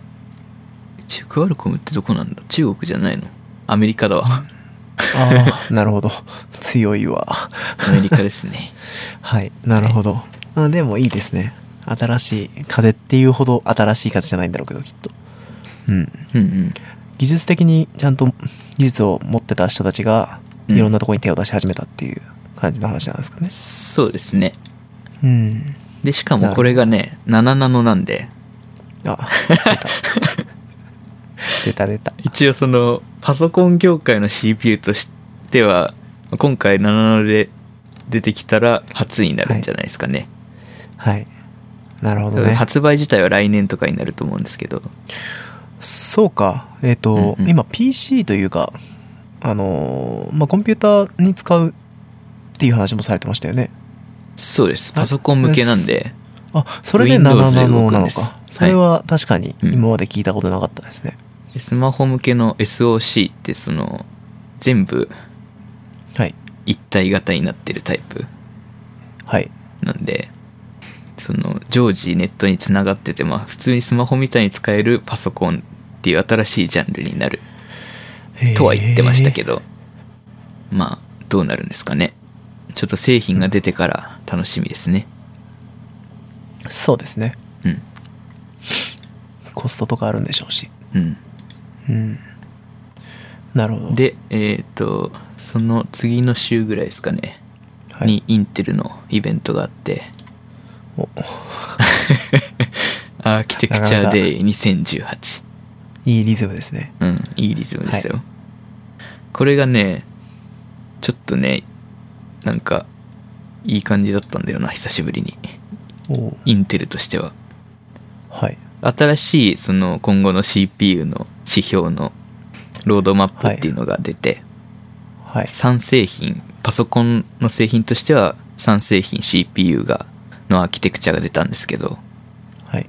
B: ちクアルコムってどこなんだ中国じゃないのアメリカ だわ
A: ああなるほど強いわ
B: アメリカですね
A: はいなるほど、あでもいいですね新しい風っていうほど新しい風じゃないんだろうけどきっとうん
B: うんうん
A: 技術的にちゃんと技術を持ってた人たちが
B: うん
A: いろんなところに手を出し始めたっていう感じの話なんですかね
B: そうですね
A: うん
B: でしかもこれがね7ナノなんで
A: あ出た出た出た
B: 一応そのパソコン業界の CPU としては今回7ナノで出てきたら初になるんじゃないですかね、
A: はいなるほどね
B: 発売自体は来年とかになると思うんですけど
A: そうかえっ、と、
B: うんうん
A: 今 PC というかあのーまあコンピューターに使うっていう話もされてましたよね
B: そうですパソコン向けなんで
A: あそれで
B: Windows で
A: 7
B: 動
A: の
B: く
A: なんの
B: です
A: かそれは確かに
B: うん
A: 今まで聞いたことなかったですね
B: スマホ向けの SOC ってその全部
A: はい
B: 一体型になってるタイプ
A: はい
B: なんでその常時ネットにつながっててまあ普通にスマホみたいに使えるパソコンっていう新しいジャンルになるとは言ってましたけ
A: ど
B: ど、まあどうなるんですかねちょっと製品が出てから楽しみですね
A: そうですね
B: うん
A: コストとかあるんでしょうし
B: う
A: うんなるほど
B: んでえっ、とその次の週ぐらいですかね、
A: はい
B: にインテルのイベントがあって
A: お
B: アーキテクチャーデイ2018
A: いいリズムですね
B: うんいいリズムですよ、これがねちょっとねなんかいい感じだったんだよな久しぶりに
A: おー
B: インテルとしては
A: はい
B: 新しいその今後の CPU の指標のロードマップっていうのが出て、
A: はい
B: 3製品パソコンの製品としては3製品 CPU がのアーキテクチャが出たんですけど、
A: はい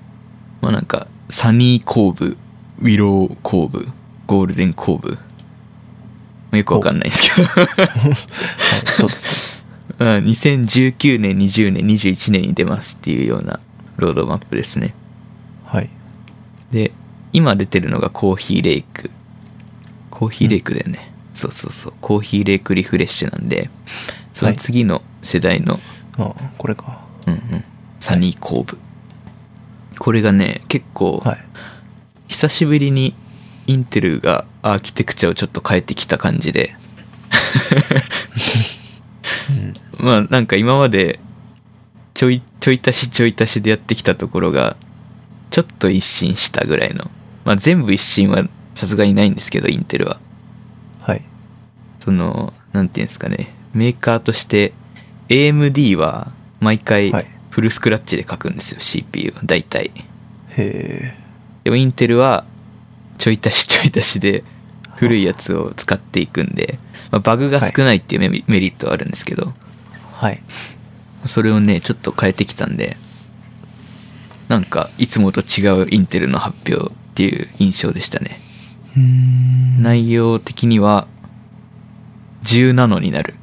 B: まあ、なんかサニー後部ウィロー後部ゴールデン後部まあよくわかんないですけど
A: はいそうですね
B: まあ2019年20年21年に出ますっていうようなロードマップですね
A: はい
B: で今出てるのがコーヒーレイクコーヒーレイクだよね、そうそうそうコーヒーレイクリフレッシュなんでその次の世代の、
A: ああこれか
B: うんうん、サニーコーブ、これがね結構、
A: はい
B: 久しぶりにインテルがアーキテクチャをちょっと変えてきた感じで
A: うん
B: まあなんか今までちょいちょい足しちょい足しでやってきたところがちょっと一新したぐらいのまあ全部一新はさすがにないんですけどインテルは
A: はい
B: そのなんていうんですかねメーカーとして AMD は毎回
A: はい
B: フルスクラッチで書くんですよ、CPU は大体
A: へ
B: でもインテルはちょい足し ちょい足しで古いやつを使っていくんで、まあ、バグが少ないっていうメリメリットはあるんですけど、
A: えはい
B: それをね、ちょっと変えてきたんで、なんかいつもと違うインテルの発表っていう印象でしたね。
A: うーん
B: 内容的には10ナノになる。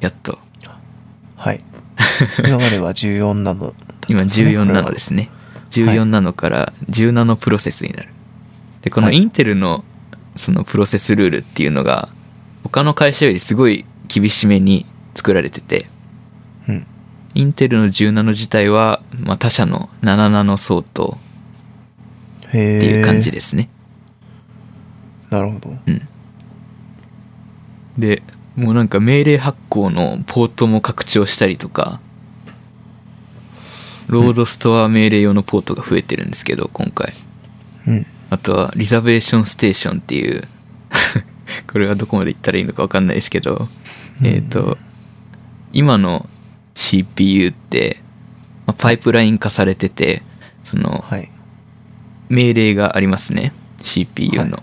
B: やっと。
A: はい 今までは14なのだったん
B: 今
A: ですね
B: 14ナノですね。
A: はい
B: 14ナノから10ナノプロセスになる。で、この
A: はい
B: インテルのそのプロセスルールっていうのが、他の会社よりすごい厳しめに作られてて、
A: うん
B: インテルの10ナノ自体は、まあ、他社の7ナノ相当
A: へえ。
B: っていう感じですね。
A: なるほど。
B: で、もうなんか命令発行のポートも拡張したりとか、ロードストア命令用のポートが増えてるんですけど、今回。
A: うん。
B: あとは、リザベーションステーションっていう、 これはどこまで行ったらいいのかわかんないですけど、
A: うん
B: えっ、と、今の CPU って、まあパイプライン化されてて、その、
A: はい。
B: 命令がありますね。CPU の。
A: は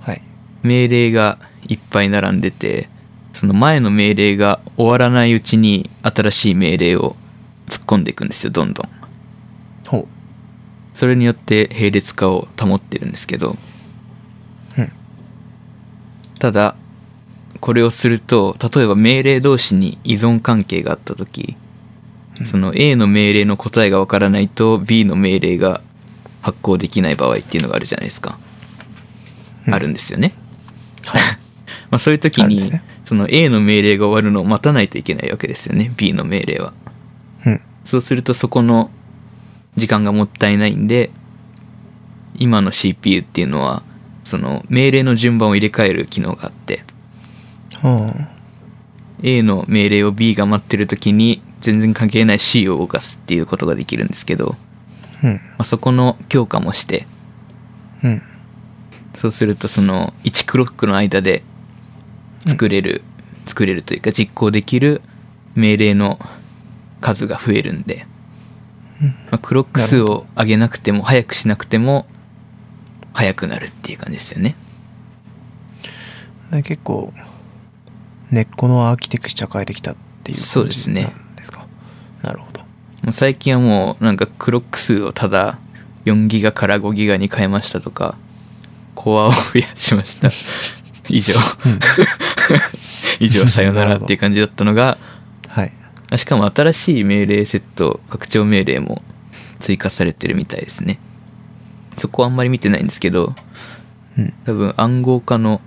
A: はい。
B: 命令がいっぱい並んでて、その前の命令が終わらないうちに新しい命令を突っ込んでいくんですよ、どんどん。
A: ほ
B: それによって並列化を保ってるんですけど、
A: う。うん。
B: ただこれをすると例えば命令同士に依存関係があった時その A の命令の答えがわからないと B の命令が発行できない場合っていうのがあるじゃないですか、
A: うん
B: あるんですよね、 まあそういう時
A: あるん
B: に、
A: ですね
B: その A の命令が終わるのを待たないといけないわけですよね B の命令は
A: うん。
B: そうするとそこの時間がもったいないんで、今の CPU っていうのは、その命令の順番を入れ替える機能があって、
A: は
B: A の命令を B が待ってる時に全然関係ない C を動かすっていうことができるんですけど、
A: あ。うん。
B: まあ、そこの強化もして、
A: うん。
B: そうするとその1クロックの間で作れる、作れるというか実行できる命令の数が増えるんで、
A: うん
B: まあ、クロック数を上げなくても早くしなくても早くなるっていう感じですよね。
A: で結構根っこのアーキテクチャ変えてきたっていう
B: そう
A: 感
B: で
A: じ
B: すね
A: なんですかなるほど
B: もう最近はもうなんかクロック数をただ4ギガから5ギガに変えましたとかコアを増やしました以上以上さよならっていう感じだったのが
A: はい
B: あしかも新しい命令セット、拡張命令も追加されてるみたいですね。そこはあんまり見てないんですけど、
A: うん
B: 多分暗号化の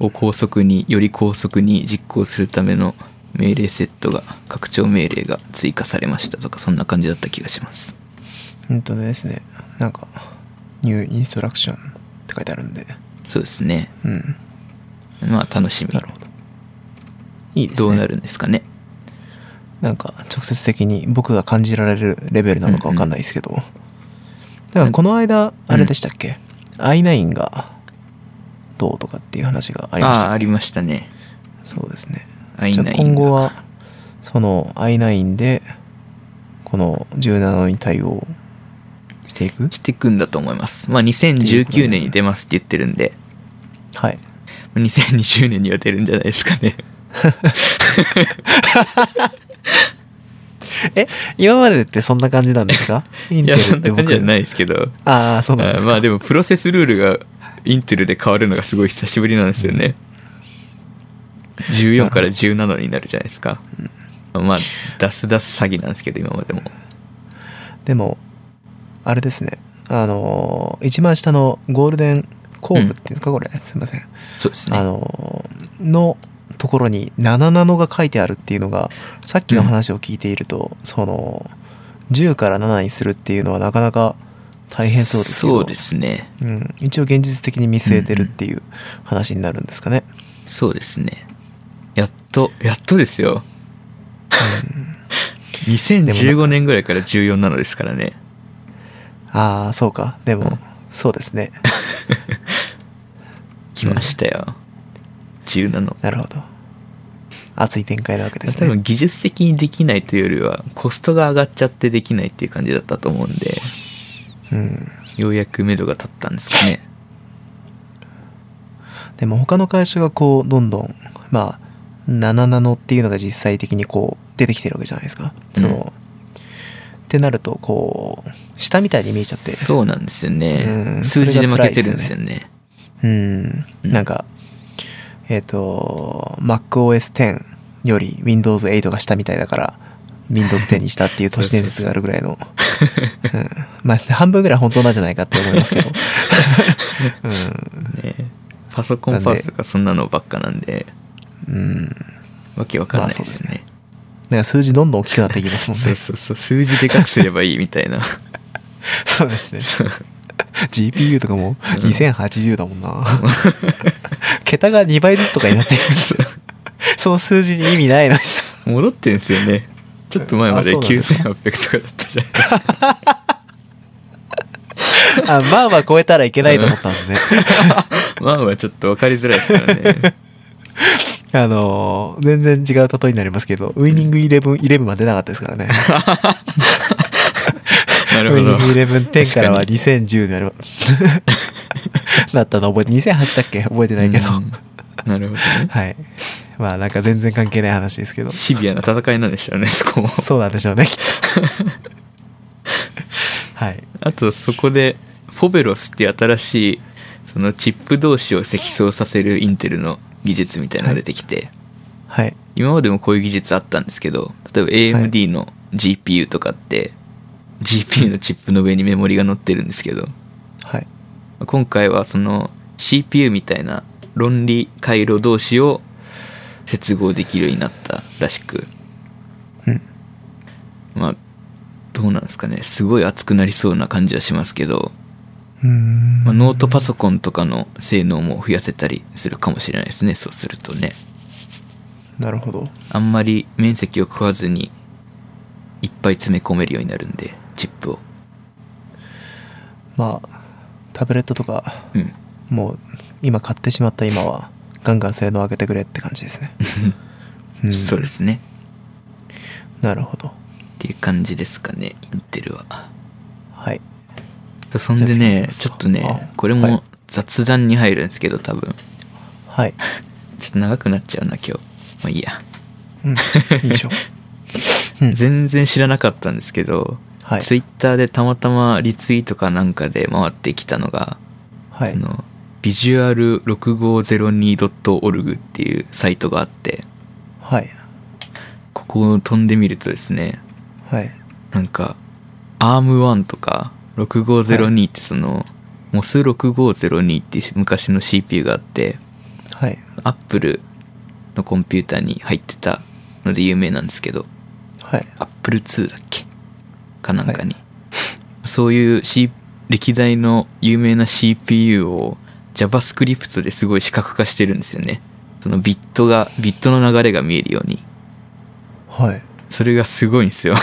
B: を高速に、より高速に実行するための命令セットが、拡張命令が追加されましたとか、そんな感じだった気がします。
A: うんとですねなんか「ニューインストラクション」って書いてあるんで
B: そうですね。
A: うん
B: まあ楽しみ。
A: なるほどいいです
B: ど
A: ね
B: うなるんですかね。
A: なんか直接的に僕が感じられるレベルなのかわかんないですけど、だからこの間あれでしたっけ、i9 がどうとかっていう話がありまし
B: ああー、
A: た
B: あ
A: っけ
B: りましたね。
A: そうですね
B: あい
A: じゃ
B: な
A: あ
B: い
A: 今後はその i9 でこの17に対応していく
B: していくんだと思います。まあ2019年に出ますって言ってるんで、
A: はい
B: 2020年には出るんじゃないですかね。
A: 今までってそんな感じなんですか イン
B: い
A: テ
B: や、
A: ル
B: そ
A: っ
B: んな
A: て
B: 感じ
A: 僕
B: じゃないですけど。
A: ああそうなんで
B: あ
A: す
B: ま
A: か
B: あでも、プロセスルールがインテルで変わるのがすごい久しぶりなんですよね。14から17になるじゃないですか。まあ、出す出す詐欺なんですけど、今までも。
A: でもあれですねあのー一番下のゴールデンコーブっていうんですか、これすいません、
B: そうです
A: あ
B: ね。
A: のーのところに7ナノが書いてあるっていうのがさっきの話を聞いていると、その10から7にするっていうのはなかなか大変そうですけど
B: そうですね。
A: うん、一応現実的に見据えてるっていう話になるんですかね。
B: そうですね。やっと、やっとですよ。2015年ぐらいから14なのですからね。
A: ああ、そうか。でも、
B: うん
A: そうですね。
B: 来ましたよ。17。
A: なるほど。熱い展開なわけです
B: 多
A: ね。
B: 分技術的にできないというよりはコストが上がっちゃってできないっていう感じだったと思うんで
A: うん。
B: ようやく目処が立ったんですかね
A: でも他の会社がこう、どんどん、まあ、7ナノっていうのが実際的にこう、出てきてるわけじゃないですか。その、ってなると、こう、下みたいに見えちゃって。
B: そうなんですよ
A: う
B: ね
A: ん
B: 数字で負けてるん
A: そ
B: です
A: れ
B: よね
A: うん。なんか、えっ、と、MacOS 10より Windows 8が下みたいだから、Windows 10にしたっていう都市伝説があるぐらいの。うんまあ、半分ぐらい本当なんじゃないかって思います けど。
B: ねパソコンパーツとかそんなのばっかなんで
A: うん。うん。
B: わけわかんないですよね,、
A: なんか数字どんどん大きくなっていきますもん
B: そう
A: ね。
B: そうそう数字でかくすればいいみたいな
A: そうですね。GPU とかも2080だもんな。桁が2倍ずつとかになっていくんですよ。その数字に意味ないのにさ。
B: 戻ってんすよねちょっと前まで
A: あそうなんです
B: 9800とかだったじゃん
A: あ、まあまあ超えたらいけないと思ったんですね。
B: まあまあちょっと分かりづらいですから ね
A: あのー全然違う例えになりますけど、ウイニングイレブン、イレブンは出なかったですからね。
B: な
A: ウイ
B: るほ
A: ニ
B: ど
A: ングイレブン10からは
B: 確
A: 2010になる。だったの覚えて、2008だっけ覚えてないけど。
B: うんなるほどね
A: はい。まあなんか全然関係ない話ですけど。
B: シビアな戦いなんでしたねそこも
A: そうなんでしょうね、きっと。 はい。
B: あとそこでフォベロスっていう新しいそのチップ同士を積層させるインテルの技術みたいなのが出てきて、
A: はい。
B: 今までもこういう技術あったんですけど例えば
A: はい
B: AMD の GPU とかって、GPU のチップの上にメモリが載ってるんですけど
A: はい。
B: 今回はその CPU みたいな論理回路同士を接合できるようになったらしく
A: うん。
B: まあどうなんですかねすごい熱くなりそうな感じはしますけど、
A: うーん
B: まあ、ノートパソコンとかの性能も増やせたりするかもしれないですねそうするとね
A: なるほど。
B: あんまり面積を食わずにいっぱい詰め込めるようになるんでチップを
A: まあ、タブレットとか、
B: うん
A: もう今買ってしまった今は、ガンガン性能上げてくれって感じ ですね。うん
B: そうですね
A: なるほど。
B: っていう感じですかねインテルは
A: はい。
B: そん
A: じ
B: で
A: ゃあ次行き
B: ね
A: ます
B: ち
A: か
B: ょっと
A: あ
B: ねこれ
A: はい
B: も雑談に入るんですけど多分
A: はい。
B: ちょっと長くなっちゃうな今日まあいいや、
A: うん。 いいでしょう。うん。
B: 全然知らなかったんですけど、
A: はい。
B: ツイッターでたまたまリツイートかなんかで回ってきたのが、
A: はい
B: あ。のビジュアル 6502.org っていうサイトがあって
A: はい。
B: ここを飛んでみるとですね
A: はい。
B: なんか、アーム1とか、6502ってその、モス6502って昔の CPU があって、
A: はい。
B: アップルのコンピューターに入ってたので有名なんですけど、
A: はい。
B: アップル2だっけかなんかに。そういう、C、歴代の有名な CPU を JavaScript ですごい視覚化してるんですよね。そのビットが、ビットの流れが見えるように。
A: はい。
B: それがすごいんですよ。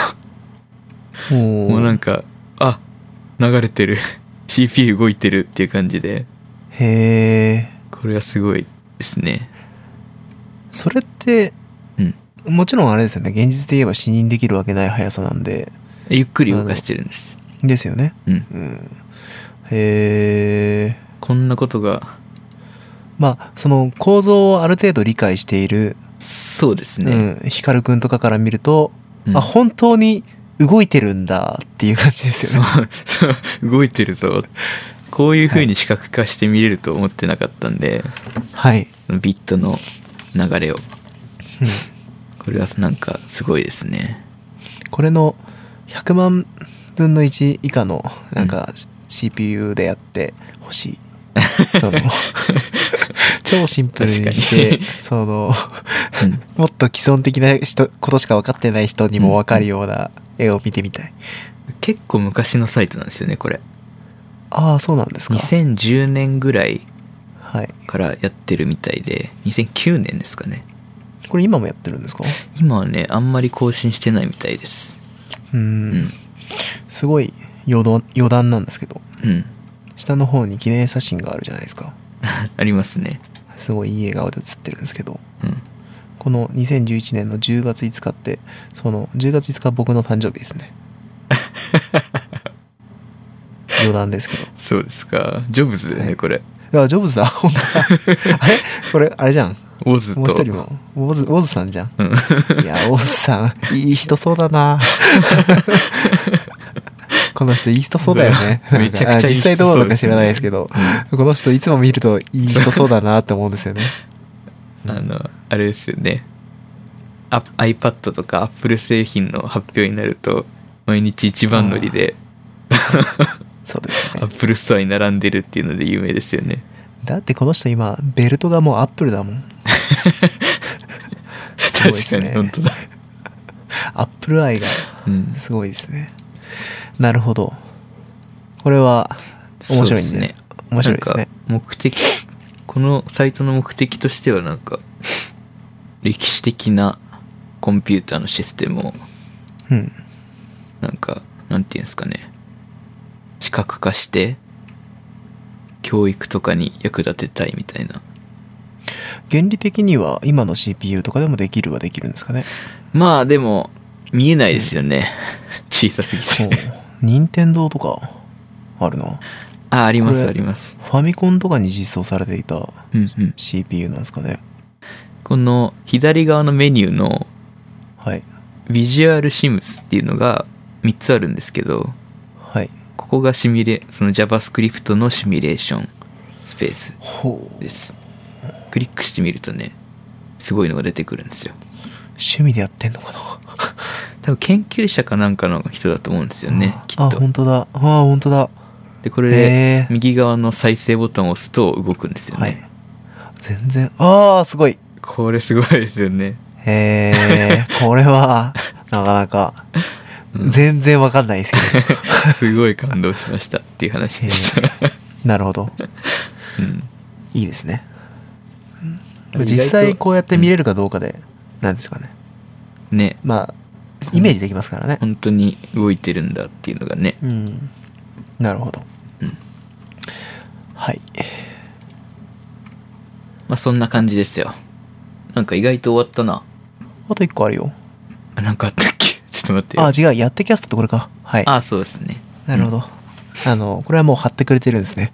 A: も
B: もうなん
A: か。
B: か、あ、流れてる。CPU 動いてるっていう感じで、
A: へえ。
B: これはすごいですね。
A: それって、
B: うん
A: もちろんあれですよね。現実で言えば視認できるわけない速さなんで、
B: ゆっくり動かしてるんです。
A: ですよね。
B: うん。
A: うん。へえ。
B: こんなことが、
A: まあ、その構造をある程度理解している、
B: そうですね。
A: うん、ヒカルくんとかから見ると、
B: うん
A: あ、本当に動いてるんだっていう感じです
B: そ
A: よ
B: う
A: ね。、
B: そう、動いてるぞ。こういう風に視覚化して見れると思ってなかったんで、
A: はい。
B: ビットの流れを。
A: うん
B: これはなんかすごいですね。
A: これの100万分の1以下のなんか CPU でやってほしい。そ の超シンプルにして
B: 確か
A: その
B: うん
A: もっと既存的な人ことしか分かってない人にも分かるような絵を見てみたい。
B: 結構昔のサイトなんですよね、これ。
A: ああそうなんですか。
B: 2010年ぐらい
A: はい。
B: からやってるみたいで、2009年ですかね。
A: これ今もやってるんですか
B: 今はねあんまり更新してないみたいです
A: う
B: うんん
A: すごい余談余談なんですけど
B: うん
A: 下の方に記念写真があるじゃないですか。
B: ありますね
A: すごいいい笑顔で写ってるんですけど。
B: うん
A: この2011年の10月5日ってその10月5日僕の誕生日 ですね余談ですけど
B: そうですかジョブズだよね、
A: はい
B: これ
A: いやジョブズだ本当だあれこれあれじゃん
B: オズと
A: もう一 人もオズオズさんじゃん
B: うん
A: いやオズさんいい人そうだ なこの人いい人そうだよね
B: めちゃくちゃいい人そうですね
A: 実際どうなのか知らないですけど、この人いつも見るといい人そうだなって思うんですよね
B: あのあれですよねあ iPad とか Apple 製品の発表になると毎日一番乗りで
A: そうですね
B: Apple ストアに並んでるっていうので有名ですよね
A: だってこの人今ベルトがもうアップルだもんすごいです
B: 確かに
A: ね
B: 本当だ
A: アップル愛が
B: うん。
A: すごいですね。なるほど。これは面白いん
B: そう
A: でね
B: ですすね。
A: 面白いです
B: なん
A: ね
B: か。目的、このサイトの目的としてはなんか、歴史的なコンピューターのシステムを、
A: うん。
B: なんか、なんていうんですかね、視覚化して、教育とかに役立てたいみたいな。
A: 原理的には今の CPU とかでもできるはできるんですかね。
B: まあでも、見えないですよね。小さすぎ
A: おう
B: て。
A: 任天堂とかあるな。
B: あ、ありま
A: こ
B: す
A: れ
B: あります。
A: ファミコンとかに実装されていた
B: うんうん。
A: CPU なんですかね。
B: この左側のメニューの
A: はい。
B: ビジュアルシムスっていうのが3つあるんですけど、
A: はい。
B: ここがシミュレ、その JavaScript のシミュレーションスペース
A: ほう。
B: です。クリックしてみるとね、すごいのが出てくるんですよ。
A: 趣味でやってんのかな
B: 多分研究者かなんかの人だと思うんですよね、き
A: あ、
B: っと。
A: 本当だ。あ、本当だ。
B: で、これで
A: へえ。
B: 右側の再生ボタンを押すと動くんですよね。
A: はい。全然。ああ、すごい。
B: これすごいですよね。
A: へ え、これは、なかなか、
B: うん
A: 全然わかんないですけど。
B: すごい感動しましたっていう話でした。
A: なるほど。
B: うん
A: いいですね。
B: うん
A: 実
B: 意
A: 際
B: 外と
A: こうやって見れるかどうかで、なんですかね。
B: ね、
A: まあ、イメージできますからね。
B: 本当に動いてるんだっていうのがね。
A: うん。なるほど
B: うん。
A: はい。
B: まあそんな感じですよ。なんか意外と終わったな。
A: あと一個あるよ。
B: あなんかあったっけ ちょっと待ってよ。
A: あ、違う。やってキャストってこれか。はい。
B: あ、そうですね。
A: なるほど。あの、これはもう貼ってくれてるんですね。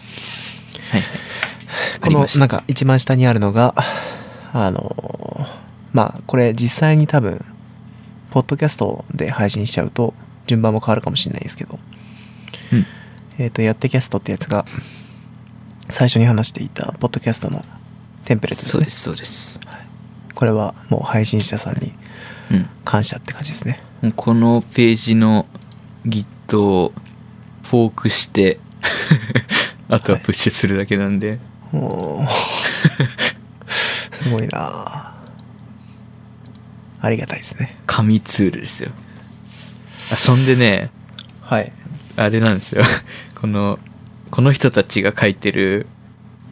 B: はいはい。
A: こ
B: わかり
A: の
B: ました
A: なんか一番下にあるのがあのまあこれ実際に多分ポッドキャストで配信しちゃうと順番も変わるかもしれないですけど、
B: うん
A: えっ、とやってキャストってやつが最初に話していたポッドキャストのテンプレートです
B: そう
A: ね
B: です、そうです。
A: これはもう配信者さんに
B: うん。
A: 感謝って感じですね
B: もうこのページの Git をフォーク して、あとはプッシュするだけなんで。
A: おー すごいなあありがたいですね
B: 紙ツールですよ。あそんでね、
A: はい
B: あれなんですよ。 この、この人たちが書いてる、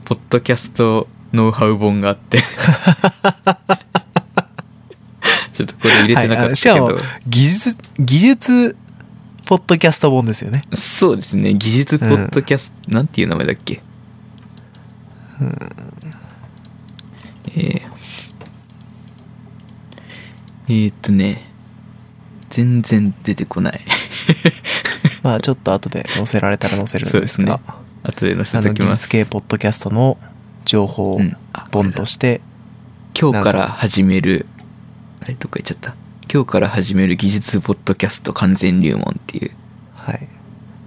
B: ポッドキャストノウハウ本があって。 ちょっとこれ入れてなかったけど、
A: はいあしか技術、技術、ポッドキャスト本ですよね。
B: そうですね、技術ポッドキャスト、なんていう名前だっけえー、えーっとね、全然出て こない。
A: まあちょっと後で載せられたら載せるんです
B: そう
A: が、
B: で後で載せ
A: あの
B: とき
A: 技
B: ま
A: 術
B: す。
A: 系ポッドキャストの情報
B: うん、あ
A: 本として、
B: 今日から始める、あれどっか行っちゃった。今日から始める技術ポッドキャスト完全入門っていう。
A: はい。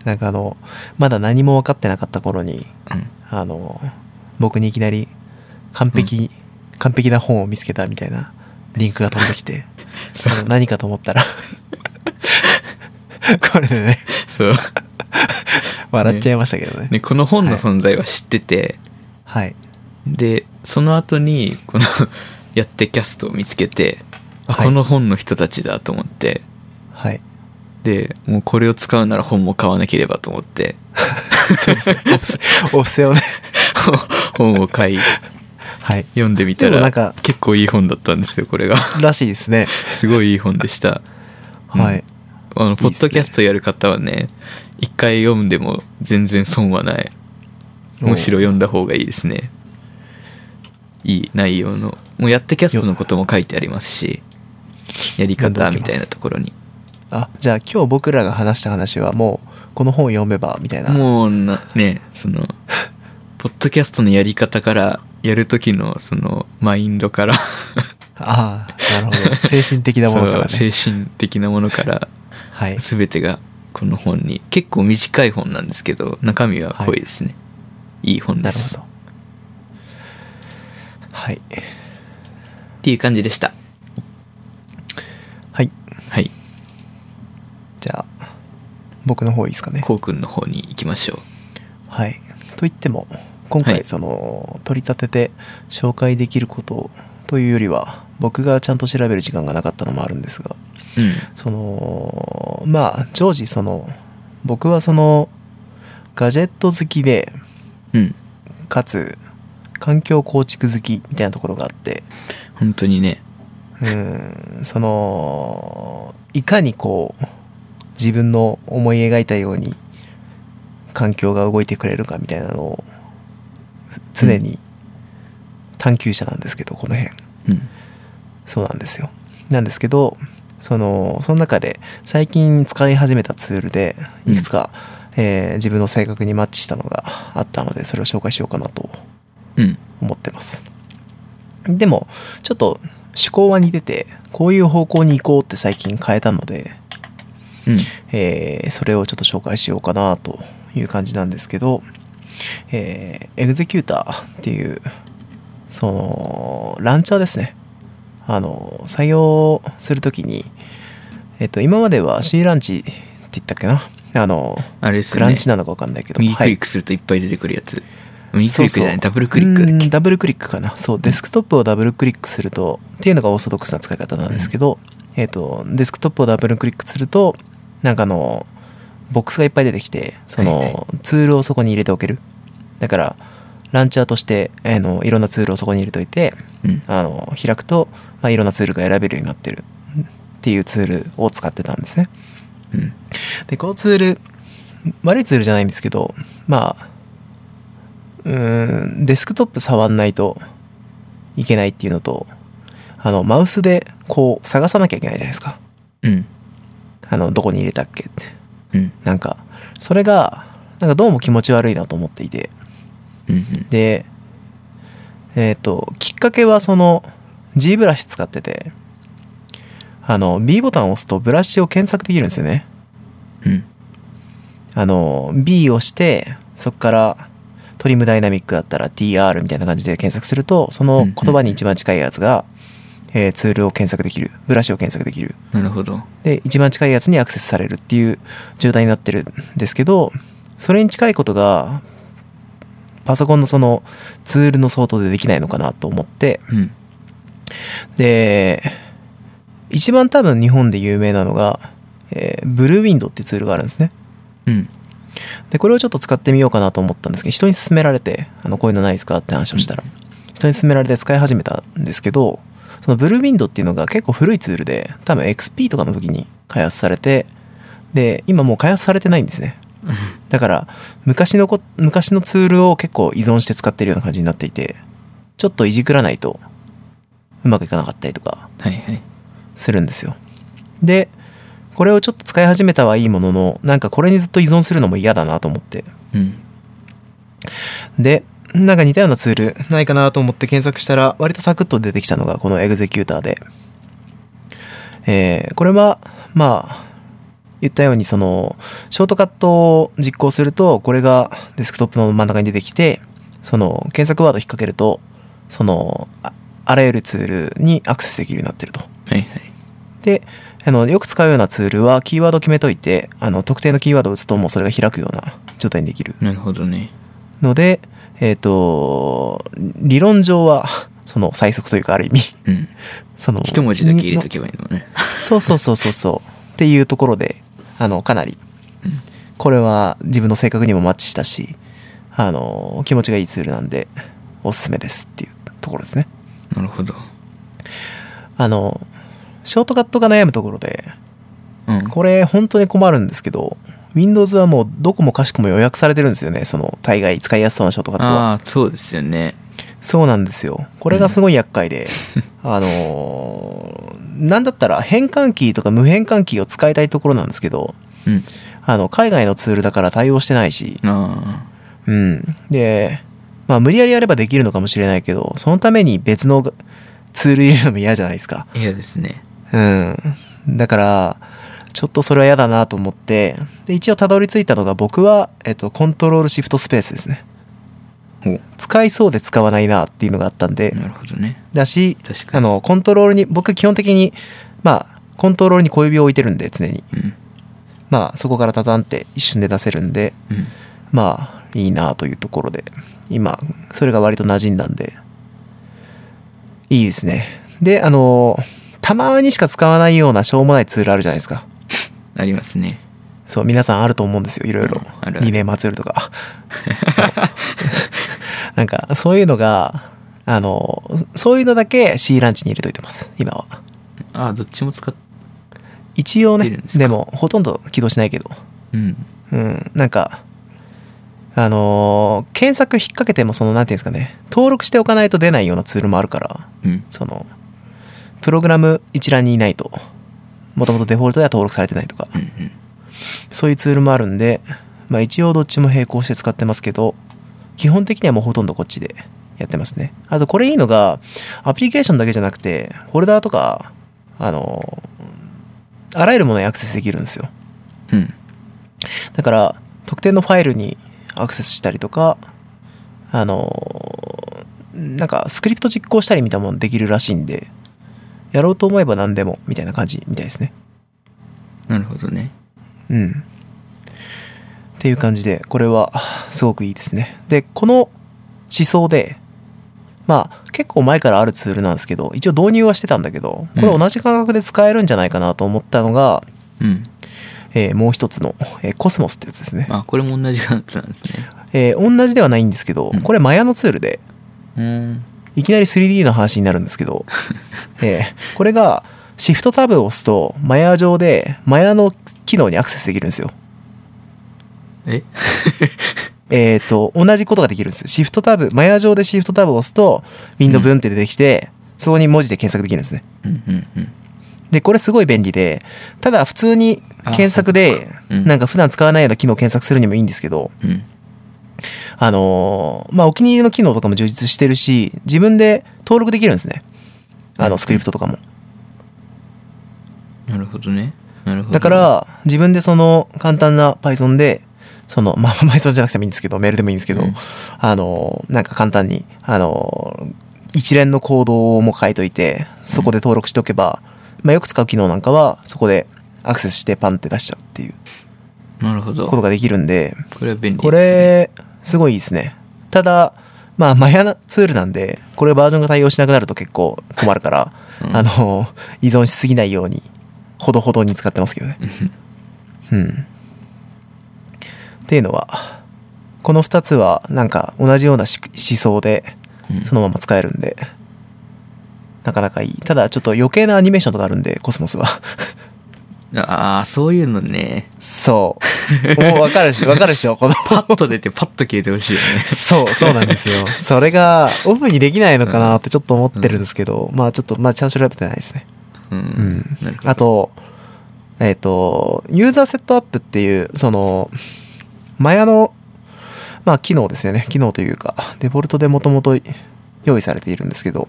A: なんかあの、まだ何も分かってなかった頃に、
B: うん
A: あの、僕にいきなり完璧、完璧な本を見つけたみたいなリンクが飛んでき て、あの何かと思ったら、これでね、
B: そう。
A: 笑っちゃいましたけどね。
B: ね、この本の存在は知ってて、
A: はい。
B: で、その後に、この、やってキャストを見つけて、あ、
A: はい
B: この本の人たちだと思って、
A: はい。
B: で、もうこれを使うなら本も買わなければと思って、
A: そうそう。お 布施お布施をね。
B: 本を買い、
A: はい。
B: 読んでみ
A: で
B: た
A: もなん
B: ら、
A: か、
B: 結構いい本だったんですよ、これが。
A: らしいですね。
B: すごいいい本でした。うん
A: はい。
B: あの、
A: すね
B: ポッドキャストやる方はね、一回読んでも全然損はない。むしろ読んだ方がいいですね。いい内容の。もうやってキャストのことも書いてありますし、やり
A: 読
B: 方
A: んでおきま
B: み
A: す
B: たいなところに。
A: あ、じゃあ今日僕らが話した話はもう、この本を読めば、みたいな。
B: もうな、ね、その、 ポッドキャストのやり方から、やる時のその、マインドから、
A: ああ、なるほど。精神的なものから
B: そう
A: ね。
B: 精神的なものから、
A: はい。
B: すべてがこの本に。結構短い本なんですけど、中身は濃いですね。い、い本
A: な
B: で
A: るほ
B: す。
A: ど。はい。
B: っていう感じでした。
A: はい。
B: はい。
A: じゃあ、僕の方いいですかね。
B: こうくんの方に行きましょ
A: はい。と言っても、今
B: は
A: 回
B: い
A: その、取り立てて紹介できることというよりは、僕がちゃんと調べる時間がなかったのもあるんですが、
B: う。うん。
A: そのまあ常時その僕はそのガジェット好きで
B: うん。
A: かつ環境構築好きみたいなところがあって
B: 本当にね。
A: うんそのいかにこう自分の思い描いたように環境が動いてくれるかみたいなのを常に探求者なんですけどこの辺
B: うん。
A: そうなんですよなんですけどそのその中で最近使い始めたツールでいくつか、えー自分の性格にマッチしたのがあったのでそれを紹介しようかなと
B: うん。
A: 思ってますでもちょっと趣向は似ててこういう方向に行こうって最近変えたので、
B: うん。
A: えーそれをちょっと紹介しようかなという感じなんですけど、えーエグゼキューターっていうそのランチャーですねあの採用するときに、えっと今までは C ランチって言ったっけなあの
B: あれです
A: ク
B: よ
A: ラン
B: ね。
A: チなのか分かんないけど、
B: 右
A: は
B: ク
A: い
B: リックするといっぱい出てくるやつ。右クリックじゃな
A: そうそ
B: い、
A: う
B: ダブルクリックだ
A: う
B: っ
A: ー
B: け
A: んダブルクリックかなそうデスクトップをダブルクリックするとっていうのがオーソドックスな使い方なんですけど、えっ、とデスクトップをダブルクリックするとなんかあのボックスがいっぱい出てきてその、
B: はいはい
A: ツールをそこに入れておけるだからランチャーとして、あのいろんなツールをそこに入れといて
B: うん。
A: あの開くと、まあ、いろんなツールが選べるようになってるっていうツールを使ってたんですね
B: うん。
A: でこのツール悪いツールじゃないんですけどまあうーんデスクトップ触んないといけないっていうのとあのマウスでこう探さなきゃいけないじゃないですか
B: うん。
A: あのどこに入れたっけって
B: うん。
A: なんかそれがなんかどうも気持ち悪いなと思っていて
B: うん。うん。
A: でえっ、ときっかけはその G ブラシ使っててあの B ボタンを押すとブラシを検索できるんですよね
B: うん。
A: あの、B を押して、そこから、トリムダイナミックだったら TR みたいな感じで検索すると、その言葉に一番近いやつが、えーツールを検索できる。ブラシを検索できる。
B: なるほど。
A: で、一番近いやつにアクセスされるっていう状態になってるんですけど、それに近いことが、パソコンのそのツールの相当でできないのかなと思って、
B: うん。
A: で、一番多分日本で有名なのが、えーブルーウィンドウってツールがあるんですね。
B: うん。
A: でこれをちょっと使ってみようかなと思ったんですけど人に勧められてあのこういうのないですかって話をしたら、人に勧められて使い始めたんですけどそのブルーウィンドっていうのが結構古いツールで多分 XP とかの時に開発されてで今もう開発されてないんですねだから昔のこ昔のツールを結構依存して使ってるような感じになっていてちょっといじくらないとうまくいかなかったりとか
B: はいはい。
A: するんですよ。で、これをちょっと使い始めたはいいものの、なんかこれにずっと依存するのも嫌だなと思って。
B: うん。
A: で、なんか似たようなツールないかなと思って検索したら、割とサクッと出てきたのがこのエグゼキューターで。えーこれは、まあ、言ったようにその、ショートカットを実行すると、これがデスクトップの真ん中に出てきて、その検索ワード引っ掛けると、その、ああらゆるツールにアクセスできるようになってると。
B: はいはい。
A: であのよく使うようなツールはキーワード決めといてあの特定のキーワードを打つともうそれが開くような状態にできる
B: なるほどね。
A: のでえっ、と理論上はその最速というかある意味
B: うん。
A: その
B: 一文字だけ入れ
A: き
B: とけばいいのね。
A: そうそうそうそうそうっていうところであのかなり
B: うん
A: これは自分の性格にもマッチしたしあの気持ちがいいツールなんでおすすめですっていうところですね
B: なるほど。
A: あのショートカットが悩むところで
B: うん。
A: これ本当に困るんですけど、Windows はもうどこもかしこも予約されてるんですよね。その大概使いやすそうなショートカットは。
B: ああ、そうですよね。
A: そうなんですよ。これがすごい厄介で、あのーなんだったら変換キーとか無変換キーを使いたいところなんですけど、
B: うん。
A: あの、海外のツールだから対応してないし、
B: あ
A: うん。で、まあ無理やりやればできるのかもしれないけど、そのために別のツール入れるのも嫌じゃないですか。
B: あ、嫌ですね。
A: うん。だから、ちょっとそれは嫌だなと思って、で、一応たどり着いたのが僕は、えっと、コントロールシフトスペースですね。
B: お
A: 使いそうで使わないなっていうのがあったんで、
B: なるほどね。
A: だし、
B: 確か
A: あ
B: に。
A: の、コントロールに、僕基本的に、まあ、コントロールに小指を置いてるんで、常に。
B: うん。
A: まあ、そこからタタンって一瞬で出せるんで、
B: うん。
A: まあ、いいなというところで、今、それが割と馴染んだんで、いいですね。で、あの、たまにしか使わないようなしょうもないツールあるじゃないですか。
B: ありますね。
A: そう、皆さんあると思うんですよ、いろいろ
B: うん。あるある
A: 二名祭るとか。そうなんか、そういうのが、あの、そういうのだけ C ランチに入れといてます、今は。
B: ああ、どっちも使っ、
A: 一応ね、
B: 出
A: で
B: るんですか
A: も、ほとんど起動しないけど。
B: うん。
A: うん、なんか、あのー検索引っ掛けても、その、なんていうんですかね、登録しておかないと出ないようなツールもあるから、
B: うん。
A: その、プログラム一覧にいないと、もともとデフォルトでは登録されてないとか、
B: うん。うん。
A: そういうツールもあるんで、まあ一応どっちも並行して使ってますけど、基本的にはもうほとんどこっちでやってますね。あとこれいいのが、アプリケーションだけじゃなくて、フォルダーとか、あの、あらゆるものにアクセスできるんですよ。
B: うん。
A: だから、特定のファイルにアクセスしたりとか、あの、なんかスクリプト実行したりみたいなものできるらしいんで、やろうと思えば何でもみたいな感じみたいですね。
B: なるほどね。
A: うん。っていう感じで、これはすごくいいですね。で、この思想で、まあ結構前からあるツールなんですけど、一応導入はしてたんだけど、これ同じ感覚で使えるんじゃないかなと思ったのが、
B: うん。
A: えーもう一つの、えーコスモスってやつですね。
B: あ、これも同じやつなんですね。
A: えー同じではないんですけど
B: うん、
A: これマヤのツールで、
B: うーん。
A: いきなり 3D の話になるんですけど、えーこれがシフトタブを押すと、マヤ上でマヤの機能にアクセスできるんですよ。
B: え
A: えっ、と、同じことができるんです。シフトタブ、マヤ上でシフトタブを押すと、ウィンドウブンって出てきて、そこに文字で検索できるんですね。
B: うんうんうん。
A: で、これすごい便利で、ただ普通に検索で、
B: うん。
A: なんか普段使わないような機能を検索するにもいいんですけど、
B: うん。
A: あのーまあ、お気に入りの機能とかも充実してるし、自分で登録できるんですね。あ
B: う
A: の、
B: ん
A: スクリプトとかも。
B: なるほどね。なるほど。
A: だか、ら、自分でその、簡単な Python で、その、まあ、Python じゃなくてもいいんですけど、メールでもいいんですけど、
B: うん
A: あのーなんか簡単に、あのー一連の行動も書いといて、そこで登録しておけば、まあ、よく使う機能なんかは、そこでアクセスしてパンって出しちゃうっていう
B: なるほど。
A: こと
B: こ
A: ができるんで、
B: れは便利です、ね。
A: こ、れ、すごいいいですね。ただ、まあ、マヤなツールなんで、これバージョンが対応しなくなると結構困るから、
B: うん、
A: あの、依存しすぎないように、ほどほどに使ってますけどね。
B: うん、
A: うん。っていうのは、この2つは、なんか、同じようなし思想で、
B: うん
A: そのまま使えるんで、なかなかいい。ただ、ちょっと余計なアニメーションとかあるんで、コスモスは。
B: ああ、そういうのね。
A: そう。 もうわかるし、わかるでしょ、この。
B: パッと出てパッと消えてほしいよね。
A: そう、そうなんですよ。それが、オフにできないのかなってちょっと思ってるんですけど、まあちょっと、まあちゃんと調べてないですね。
B: うん。
A: ん
B: なるほど。
A: あと、えっ、と、ユーザーセットアップっていう、その、マヤの、まあ機能ですよね。機能というか、デフォルトでもともと用意されているんですけど、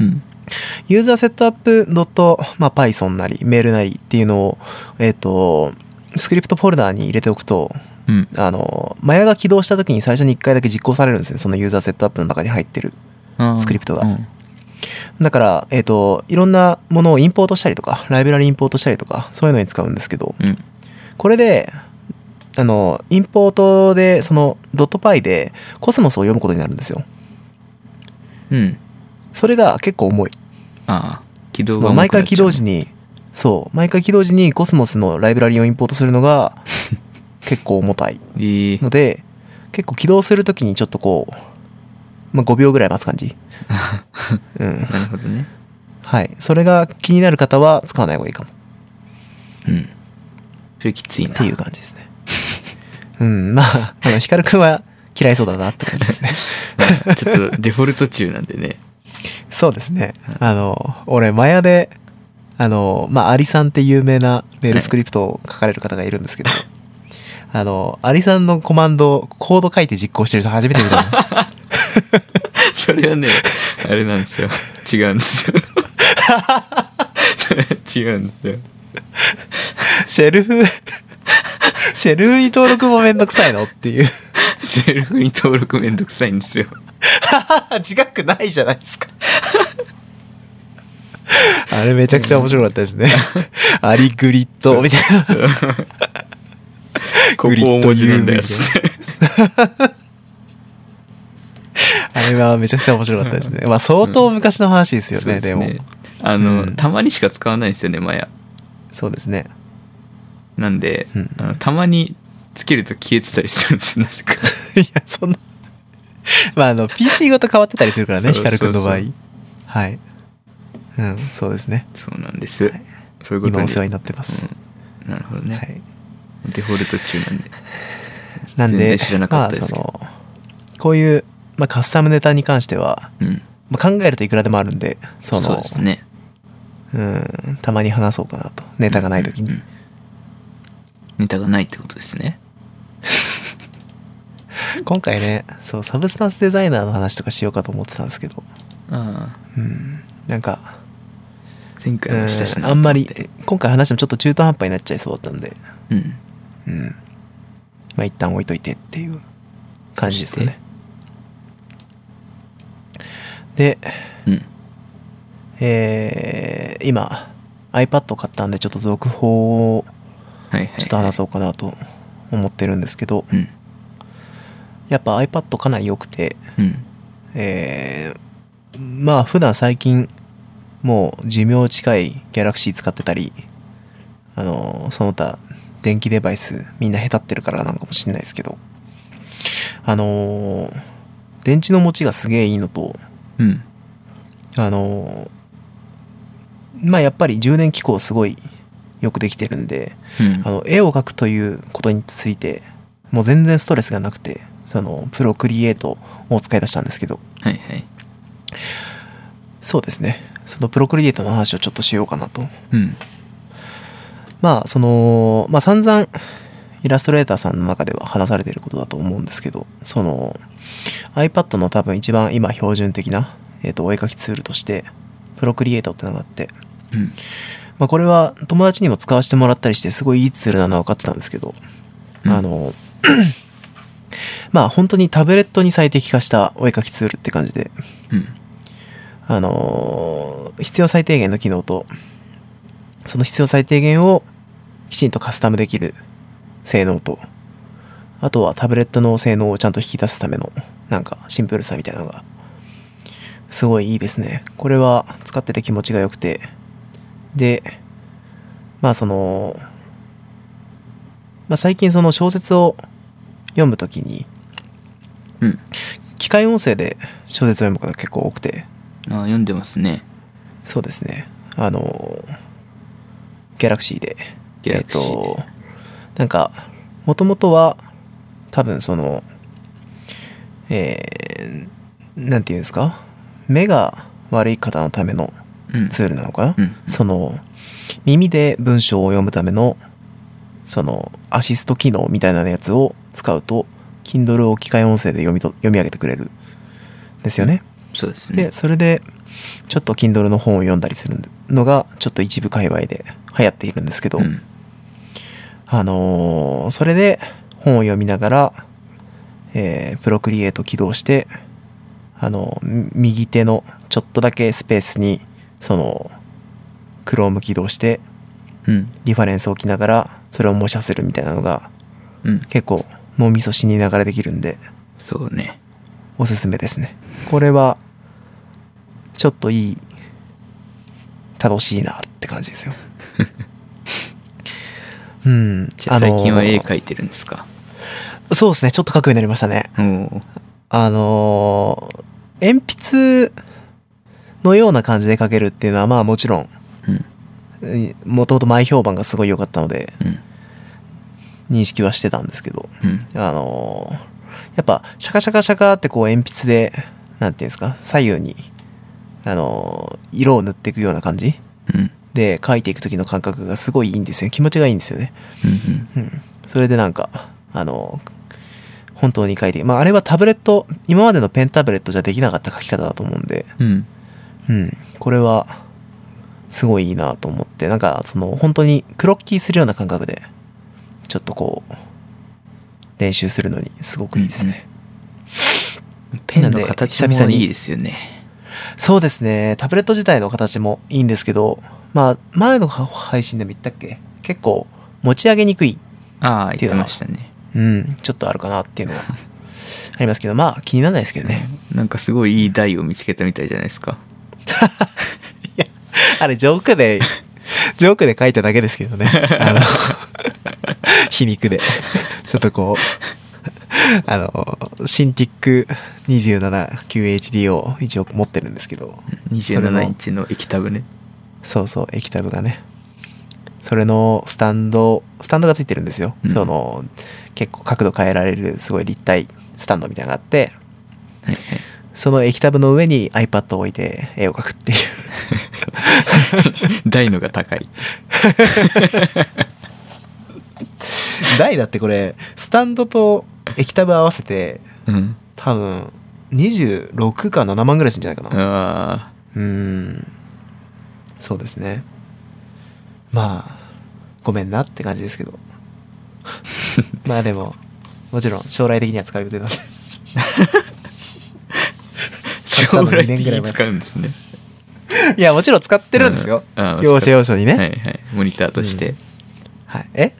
B: うん。
A: ユーザーセットアップドット、まあ Python なり、メールなりっていうのを、えっ、と、スクリプトフォルダーに入れておくと、
B: うん。
A: あの、マヤが起動した時に最初に1回だけ実行されるんですね。そのユーザーセットアップの中に入ってる。
B: あー
A: スクリプトが
B: うん
A: だから、えっ、と、いろんなものをインポートしたりとか、ライブラリインポートしたりとか、そういうのに使うんですけど、
B: うん。
A: これで、あの、インポートで、その、ドットパイで、コスモスを読むことになるんですよ。
B: うん。
A: それが結構重い。
B: ああ、起
A: そ
B: 動が
A: の
B: 重くなっ
A: 毎回起動
B: ちゃ。
A: 時に、そう、毎回起動時にコスモスのライブラリをインポートするのが、結構重たいう
B: ええ
A: ので、結構起動するときにちょっとこう、まあ、5秒ぐらい待つ感じ。うん。
B: なるほどね。
A: はい。それが気になる方は使わない方がいいかも。
B: うん。それきついな。
A: っていう感じですね。うん、まあ、あの、ヒカルくんは嫌いそうだなって感じですね。
B: ちょっとデフォルト中なんでね。
A: そうですね。あの、俺、マヤで、あの、まあ、アリさんって有名なメールスクリプトを書かれる方がいるんです けど、あの、アリさんのコマンド、コード書いて実行してる人初めて見た の。
B: それはね、あれなんですよ。違うんですよ。 それは違うんですよ。
A: シェルフ、シェルフに登録もめんどくさいのっていう。
B: セルフに登録めんどくさいんですよ。
A: 違くないじゃないですか。あれめちゃくちゃ面白かったですね。アリグリッドみたいな。
B: ここ大文字なんだよ。つって
A: あれはめちゃくちゃ面白かったですね。まあ相当昔の話ですよ
B: そう
A: ね、
B: で
A: ですも。
B: ねあの、
A: うん
B: たまにしか使わないんですよね、マヤ。
A: そうですね。
B: なんで、
A: うん
B: あのたまにつけると消えてたりするんですよ、なぜか。
A: いや、そんな。まあ、あの、PC ごと変わってたりするからね、
B: そう
A: ヒカルくんの場合
B: そうそ。
A: はい。うん、そうですね。
B: そうなんです。
A: い
B: そういうこと
A: 今お世話
B: に
A: になってます。
B: なるほどね、
A: はい。
B: デフォルト中なんで。
A: なん
B: 全然
A: で
B: 知らな、か
A: ま
B: っ
A: あ、
B: たで
A: そ
B: すけど
A: の、こういう、まあ、カスタムネタに関しては、
B: うん。
A: まあ、考えるといくらでもあるんで、その、
B: うですね。
A: うん、たまに話そうかなと。ネタがない時に。
B: うんうんネタがないってことですね。
A: 今回ね、そう、サブスタンスデザイナーの話とかしようかと思ってたんですけど、
B: ああ、
A: うん、なんか、
B: 前回もしたし
A: うん
B: な
A: あんまり
B: と思って
A: 今回話してもちょっと中途半端になっちゃいそうだったんで、
B: うん。
A: うん、まあ一旦置いといてっていう感じですかねで
B: うん。
A: えー今 iPad を買ったんでちょっと続報を
B: はいはい、はい。
A: ちょっと話そうかなと思ってるんですけど
B: うん。
A: やっぱ iPad かなり良くて
B: うん。
A: えーまあ普段最近もう寿命近い Galaxy 使ってたりあのその他電気デバイスみんな下手ってるからなのかもしれないですけどあのー電池の持ちがすげえいいのと
B: うん。
A: あのーまあやっぱり充電機構すごいよくできてるんで
B: うん
A: あ。の絵を描くということについてもう全然ストレスがなくてそのプロクリエイトを使い出したんですけど
B: はいはい。
A: そうですね。そのプロクリエイトの話をちょっとしようかなと。
B: うん。
A: まあ、その、まあ散々イラストレーターさんの中では話されていることだと思うんですけど、その iPad の多分一番今標準的な、えっとお絵描きツールとして、プロクリエイトってのがあって、
B: うん。
A: まあこれは友達にも使わせてもらったりしてすごいいいツールなのは分かってたんですけど、
B: うん
A: あ、の、 まあ本当にタブレットに最適化したお絵描きツールって感じで、
B: うん。
A: あのー必要最低限の機能と、その必要最低限をきちんとカスタムできる性能と、あとはタブレットの性能をちゃんと引き出すための、なんかシンプルさみたいなのが、すごいいいですね。これは使ってて気持ちが良くて、で、まあその、まあ最近その小説を読むときに、
B: うん
A: 機械音声で小説を読むことが結構多くて、
B: あ読んでますね。
A: そうですね。あの、ギャラクシーで。
B: ギャラクシー
A: えっ、と、なんか、もともとは、多分その、えー、なんていうんですか、目が悪い方のための
B: うん。
A: ツールなのかな、
B: うん。
A: その、耳で文章を読むための、その、アシスト機能みたいなやつを使うと、Kindle を機械音声で読みと読み上げてくれるんですよね。
B: そうですね
A: で。それでちょっと Kindle の本を読んだりするのがちょっと一部界隈で流行っているんですけど、
B: うん。
A: あのーそれで本を読みながら、えー、プロクリエイト起動してあのみ右手のちょっとだけスペースにその Chrome 起動して
B: うん。
A: リファレンスを置きながらそれを模写するみたいなのが
B: うん。
A: 結構脳みそ死にながらできるんで
B: そうね。
A: おすすめですねこれはちょっといい楽しいなって感じです ようん
B: じゃあ最近は
A: あのー
B: 絵描いてるんですか。
A: そうですねちょっと書くようになりましたね
B: おお。
A: あのー鉛筆のような感じで書けるっていうのはまあもちろん
B: うん。
A: もともと前評判がすごい良かったので
B: うん。
A: 認識はしてたんですけど
B: うん。
A: あのーやっぱシャカシャカシャカってこう鉛筆でなんていうんですか左右にあのー色を塗っていくような感じ
B: うん。
A: で描いていく時の感覚がすごいいいんですよね気持ちがいいんですよね、
B: うん。
A: うん、それでなんかあのー本当に描いてまああれはタブレット今までのペンタブレットじゃできなかった描き方だと思うんで、
B: うん。
A: うん、これはすごいいいなと思ってなんかその本当にクロッキーするような感覚でちょっとこう練習するのにすごくいいですね、
B: ペン
A: なん
B: の
A: で
B: 形
A: 久々
B: も
A: に
B: いいですよね。
A: そうですねタブレット自体の形もいいんですけどまあ前の配信でも言ったっけ結構持ち上げにくい
B: ああ、言ってましたね。
A: うんちょっとあるかなっていうのはありますけどまあ気に ならないですけどね
B: なんかすごいいい台を見つけたみたいじゃないですか。
A: あれ、ジョークで、ジョークで書いただけですけどね。あの、皮肉で。ちょっとこう、あの、シンティック 27QHD を一応持ってるんですけど、れも
B: 27インチの液タブね。
A: そうそう、液タブがね。それのスタンド、スタンドがついてるんですよ。
B: うん
A: その、結構角度変えられる、すごい立体スタンドみたいなのがあって、
B: はいはい。
A: その液タブの上に iPad を置いて絵を描く っていう。
B: 台のが高い。
A: 台だってこれスタンドと液タブ合わせて
B: うん。
A: 多分26か7万ぐらいするんじゃないかな
B: あ
A: うーんそうですねまあごめんなって感じですけど まあでももちろん将来的には使う予定なんで
B: あ。将来的に使うんですね。
A: いやもちろん使ってるんですよ、
B: うん。あー
A: 要所要所にね、
B: はいはい。モニターとして。
A: はい、え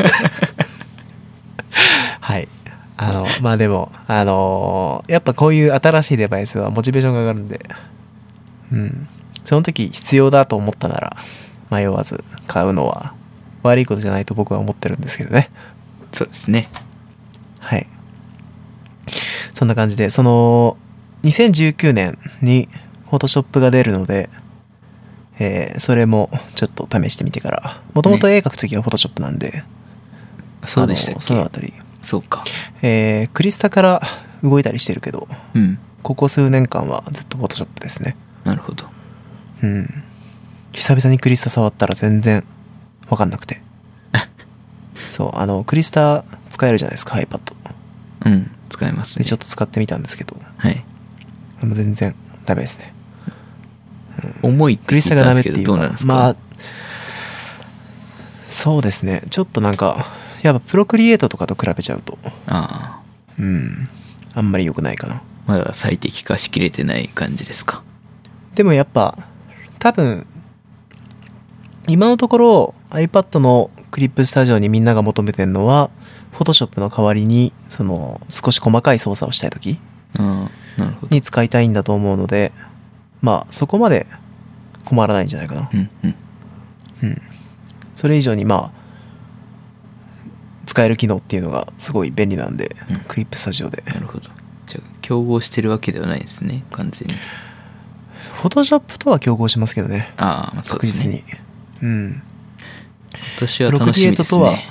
A: はい。あの、まあでも、あのーやっぱこういう新しいデバイスはモチベーションが上がるんで、うん。その時必要だと思ったなら、迷わず買うのは悪いことじゃないと僕は思ってるんですけどね。
B: そうですね。
A: はい。そんな感じで、その、2019年に Photoshop が出るので、えーそれもちょっと試してみてから。もともと絵描く時は Photoshop なんで、
B: そうでした
A: あ
B: っ
A: のそのあた
B: け
A: り。
B: そうか。
A: えークリスタから動いたりしてるけど、
B: うん。
A: ここ数年間はずっと Photoshop ですね。
B: なるほど。
A: うん。久々にクリスタ触ったら全然わかんなく て。そう、あの、クリスタ使えるじゃないですか、iPad。
B: うん。使えます
A: で、
B: ね。
A: ちょっと使ってみたんですけど、
B: はい。
A: でも全然ダメですね。
B: 重いって
A: ク
B: 聞
A: リ
B: い
A: スタ
B: た
A: がダ
B: んで
A: メ
B: す
A: って
B: け
A: い
B: ど、
A: う
B: どうなん
A: か
B: ですか
A: まあ、そうですね。ちょっとなんか、やっぱプロクリエイトとかと比べちゃうと、
B: あ
A: うん、あんまり良くないかな。
B: あ。まだ最適化しきれてない感じですか。
A: でもやっぱ多分今のところ iPad のクリップスタジオにみんなが求めてるのは Photoshop の代わりにその少し細かい操作をしたい時
B: ああ。なるほど。
A: に使いたいんだと思うのでまあそこまで困らないんじゃないかな
B: うんうん。
A: それ以上にまあ使える機能っていうのがすごい便利なんで、
B: うん
A: クリップスタジオで
B: なるほど。じゃあ、競合してるわけではないですね。完全に。
A: Photoshop とは競合しますけどね
B: ああ、まあそう
A: 確
B: です
A: 実
B: ね。
A: にうん
B: 今年は楽しみです
A: プロクリエイ
B: ね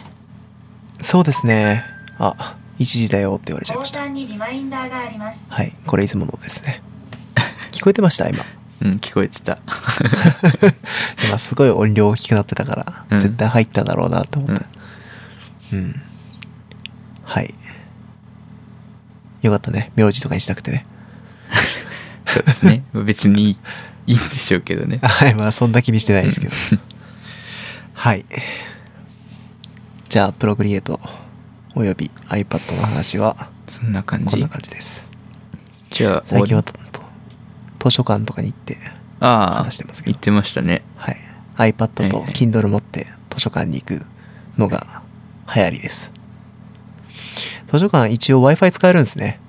A: ト。そうですねあ一時だよって言われちゃい
C: 交
A: ました
C: 換にリマインダーがあります。
A: はい、これいつものです ね。聞こえてました今。
B: うん、聞こえてた。
A: 今すごい音量大きくなってたから、
B: うん
A: 絶対入っただろうなと思って。うん。はい。よかったね。名字とかにしなくてね。
B: そうですね。別にいいいいんでしょうけどね。
A: はい、まあそんな気にしてないですけど。はい。じゃあ、プロクリエイトおよび iPad の話は
B: そんな感
A: こん
B: じ
A: な。感じです。
B: じゃあ、
A: 最近はとと図書館とかに行って
B: ああ
A: 話し、てますけ
B: 言
A: ど
B: っ。てましたね。
A: はい、iPad と
B: はいはい
A: Kindle 持って図書館に行くのが流行りです。図書館一応 Wi-Fi 使えるんですね。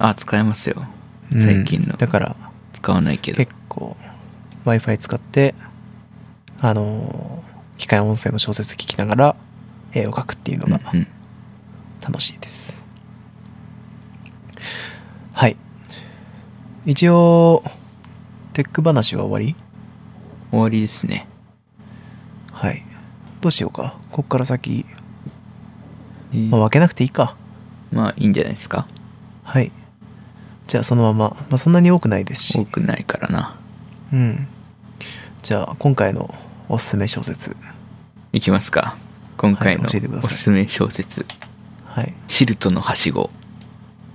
B: ああ、使えますよ。
A: うん
B: 最近の
A: だから
B: 使わないけど。
A: 結構 Wi-Fi 使って、あのー機械音声の小説聞きながら絵を描くっていうの
B: うん
A: が
B: うん、
A: 楽しいです。はい。一応、テック話は終わり
B: 終わりですね。
A: はい。どうしようか。こっから先、
B: えー
A: まあ、分けなくていいか。
B: まあ、いいんじゃないですか。
A: はい。じゃあそのまま、まあ、そんなに多くないです
B: 多
A: し。
B: くないからな。
A: うん。じゃあ今回のおすすめ小説。
B: いきますか。今回の
A: はい教えてくだ
B: お
A: さい
B: すすめ小説、
A: はい。
B: シルトのはしご。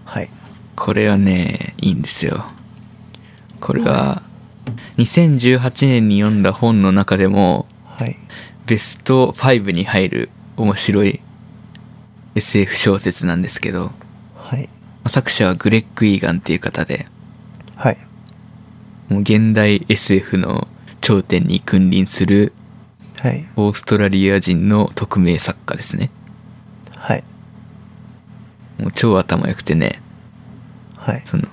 A: はい。
B: これはね、いいんですよ。これは、2018年に読んだ本の中でも、
A: はい。
B: ベスト5に入る面白い SF 小説なんですけど、
A: はい。
B: 作者はグレッグ・イーガンっていう方で、
A: はい。
B: もう現代 SF の頂点に君臨する
A: はい。
B: オーストラリア人の匿名作家ですね。
A: はい。
B: もう超頭良くてね、
A: はい。
B: その、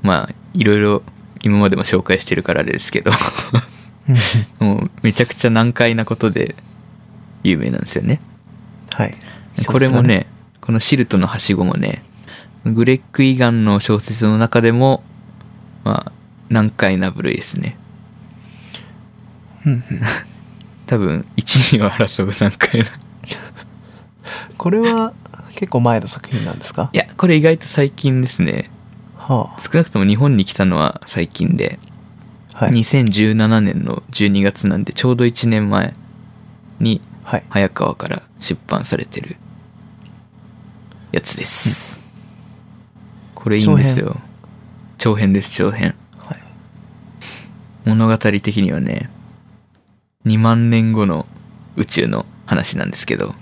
B: まあ、いろいろ今までも紹介してるからあれですけど、
A: う
B: もうめちゃくちゃ難解なことで有名なんですよね。
A: はい。
B: これもね、このシルトのはしごもね、グレッグ・イガンの小説の中でも、まあ、難解な部類ですね。
A: 小説だね。うんうん
B: 多分、1、2を争う難解な。い
A: これは結構前の作品なんですか
B: や、これ意外と最近ですね。
A: は
B: 少なくとも日本に来たのは最近で、
A: あ。はい。
B: 2017年の12月なんで、ちょうど1年前に
A: はい。
B: 早川から出版されてるやつです。これいいんですよ。長編です、長編。
A: はい。
B: 物語的にはね、2万年後の宇宙の話なんですけど、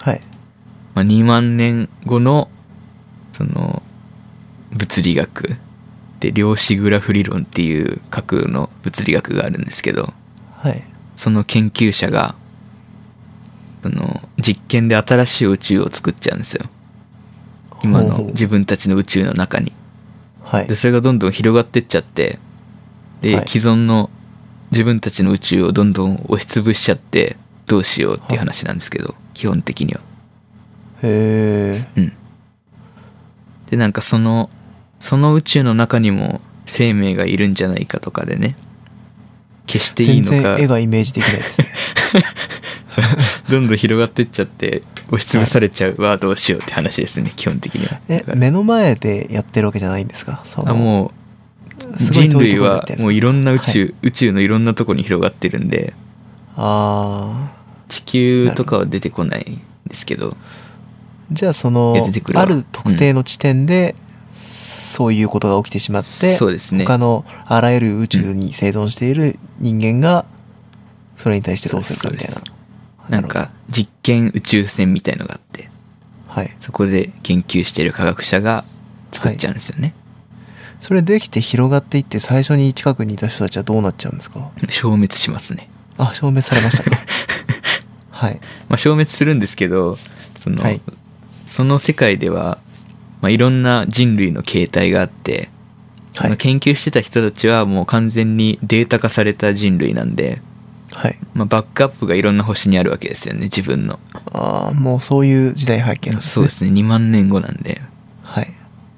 A: はい。
B: まあ、2万年後の、その、物理学で、量子グラフ理論っていう架空の物理学があるんですけど、
A: はい。
B: その研究者が、その、実験で新しい宇宙を作っちゃうんですよ。今
A: ほう
B: の
A: ほう
B: 自分たちの宇宙の中に。
A: はい
B: で、。それがどんどん広がってっちゃって、で、
A: はい
B: 既存の自分たちの宇宙をどんどん押しつぶしちゃって、どうしようっていう話なんですけど、基本的には。
A: へ
B: で、なんかその、その宇宙の中にも生命がいるんじゃないかとかでね、決して
A: え。
B: い
A: 全
B: いの
A: 然
B: か、
A: 絵がイメージできないで すね。
B: どんどん広がってっちゃって、押しつぶされちゃうわ、どうしようって話ですね、基本的には。
A: え
B: だか、ら
A: 目の前でやってるわけじゃないんですかその
B: あもう、
A: すごい
B: 人
A: 遠い
B: 類
A: ところでやっ
B: は
A: てるんですか
B: もういろんな宇宙、宇宙のいろんなとこに広がってるんで、
A: ああ。
B: 地球とかは出てこないんですけど、
A: じゃあそ
B: い
A: の
B: や出てく、るわ
A: ある特定の地点で、そういうことが起きてしまって、
B: そうですね。
A: 他のあらゆる宇宙に生存している人間が、それに対してどうするかみたい
B: そ
A: な
B: うで。なん
A: る
B: か、実験宇宙船みたいのがあって、
A: ほど。はい。
B: そこで研究してる科学者が作っちゃうんですよね。
A: それできて広がっていって、最初に近くにいた人たちはどうなっちゃうんですか
B: 消滅しますね。
A: あ、消滅されました か。はい。
B: まあ、消滅するんですけど、その、
A: はい
B: その世界では、まあ、いろんな人類の形態があって、
A: は
B: その
A: い。
B: 研究してた人たちはもう完全にデータ化された人類なんで、
A: はい。
B: まあ、バックアップがいろんな星にあるわけですよね、自分の。
A: ああ、もうそういう時代背景なんです
B: そう
A: ね。
B: ですね、2万年後なんで。
A: はい。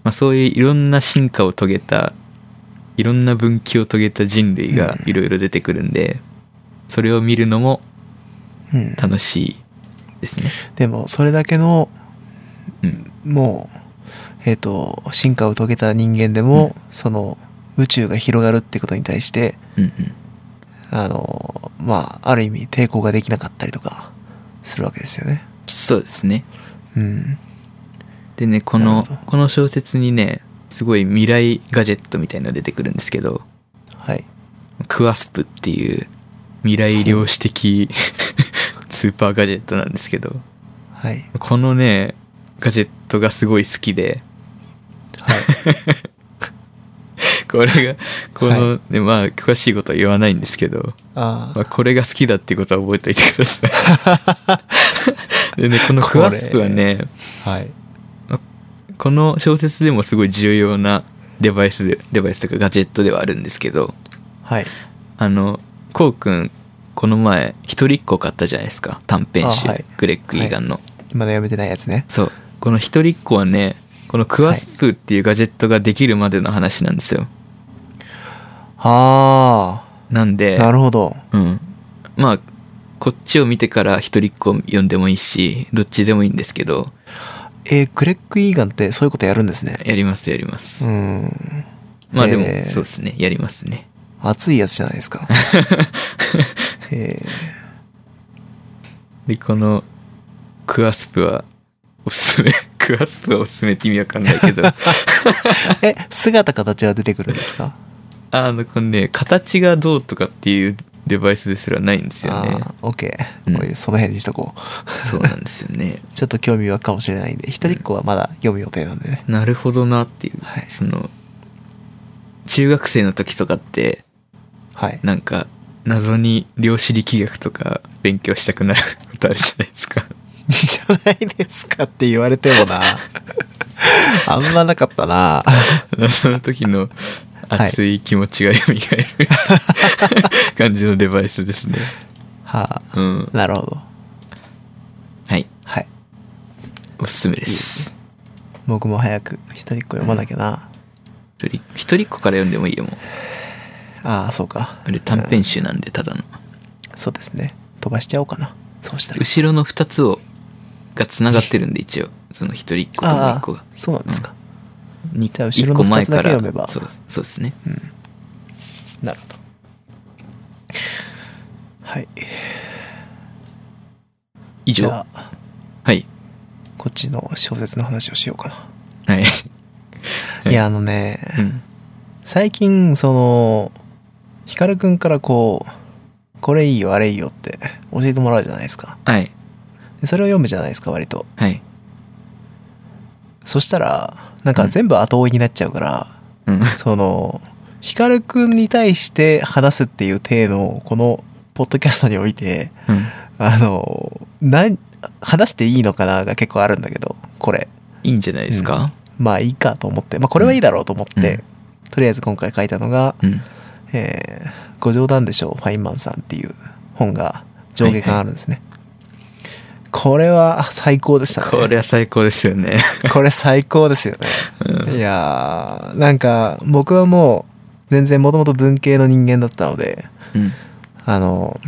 B: まあ、そういういろんな進化を遂げたいろんな分岐を遂げた人類がいろいろ出てくるんで、それを見るのも
A: うん。
B: 楽しいですね。
A: でも、それだけの、
B: うん、
A: もう、えっ、と、進化を遂げた人間でも、その、宇宙が広がるってことに対して、
B: うん、うん。
A: あの、まあ、ある意味抵抗ができなかったりとか、するわけですよね。
B: そうですね。
A: うん。
B: でね、こ
A: な
B: の
A: るほど、
B: この小説にね、すごい未来ガジェットみたいなの出てくるんですけど、
A: はい。
B: クアスプっていう未来量 子的スーパーガジェットなんですけど、
A: はい。
B: このね、ガジェットがすごい好きで、
A: はい。
B: これが、この、
A: は
B: ね、まあ、詳しいことは言わないんですけど、
A: あ
B: まあ、これが好きだっていうことは覚えておいてください。でね、このクワスプはね、
A: あ。はい。
B: この小説でもすごい重要なデバイスで、デバイスとかガジェットではあるんですけど、
A: はい。
B: あの、こうくん、この前、一人っ子買ったじゃないですか。短編集。
A: あはい
B: グレッグ・イーガンの。
A: 今のやめてないやつね。
B: そう。この一人っ子はね、このクワスプっていうガジェットができるまでの話なんですよ。
A: あ
B: なん
A: あ、
B: で、
A: なるほど。
B: うん。まあ、こっちを見てから一人っ子読んでもいいし、どっちでもいいんですけど、
A: えー、グレッグ・イーガンってそういうことやるんですね。
B: やりますやりま
A: う
B: す。
A: ん。
B: まあでも、
A: えー
B: そうですね、やりますね。
A: 熱いやつじゃないです か。え
B: で、この、クアスプは、おすすめ。 クアスプはおすすめって意味わかんないけど、
A: ーえ、姿形は出てくるんですか
B: あの、このね、形がどうとかっていうデバイスですらないんですよね。
A: ああ、OK
B: うん。
A: これその辺にしとこう。
B: そうなんですよね。
A: ちょっと興味はかもしれないんで、一人っ子はまだ読む予定なんでね。
B: なるほどなっていう、
A: はい
B: その、中学生の時とかって、
A: はい。
B: なんか謎に量子力学とか勉強したくなることあるじゃないですか。
A: じゃないですかって言わ れてもな。あんまなかったな。
B: その時の
A: はい
B: 熱い気持ちが蘇る 感じのデバイスですね。
A: はあ
B: うん。
A: なるほど
B: はい。
A: はい
B: おすすめです。
A: 僕も早く一人っ子読まなきゃな、
B: 一人一人っ子から読んでもいいよ、もう。
A: ああそうか
B: あれ短編集なんで、ただの。
A: そうですね飛ばしちゃおうかなそうしたら
B: 後ろの二つを、が繋がってるんで、一応。その一人っ子ともう
A: あ
B: 一個が
A: あ。そうなんですか、
B: に
A: じゃあ後ろの
B: 一個前
A: 二つだ
B: から
A: け読めば
B: そうそうですね。
A: なるほどはい
B: 以
A: じゃ
B: 上。は
A: あ
B: い。
A: こっちの小説の話をしようかな
B: はい。はい
A: いやあのね、
B: うん。
A: 最近そのヒカルくんからこうこれいいよあれいいよって教えてもらうじゃないですか
B: はい。
A: でそれを読むじゃないですか割と
B: はい。
A: そしたらなんか全部後追いになっちゃうから、
B: うん。
A: そのヒカルくんに対して話すっていう体のこのポッドキャストにおいて
B: うん
A: あのなん話していいのかなが結構あるんだけどこれ
B: いいんじゃないですか
A: まあいいかと思って、まあ、これはいいだろうと思って、
B: うん
A: とりあえず今回書いたのが
B: うん。
A: 「えーご冗談でしょうファインマンさん」っていう本が上下巻あるんですね、これは最高でしたね
B: これは最高ですよね。
A: これ最高ですよね
B: うん
A: いやーなんか僕はもう全然もともと文系の人間だったので
B: うん。
A: あの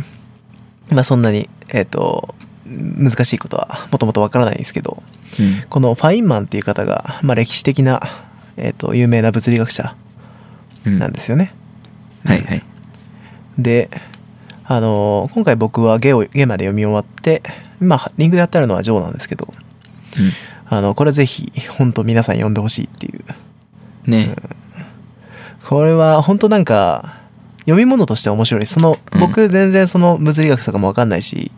A: まあそんなにえっ、と難しいことはもともとわからないんですけど
B: うん
A: このファインマンっていう方が、まあ、歴史的な、えっと有名な物理学者
B: うん。
A: なんですよね。
B: はいはい。
A: であの今回僕はゲをゲまで読み終わって、まあ、リンクで貼ってあるのはジョーなんですけどあのこれはぜひ本当皆さん読んでほしいっていう
B: うんね。
A: これは本当なんか読み物として面白いその
B: うん
A: 僕全然その物理学とかも分かんないし、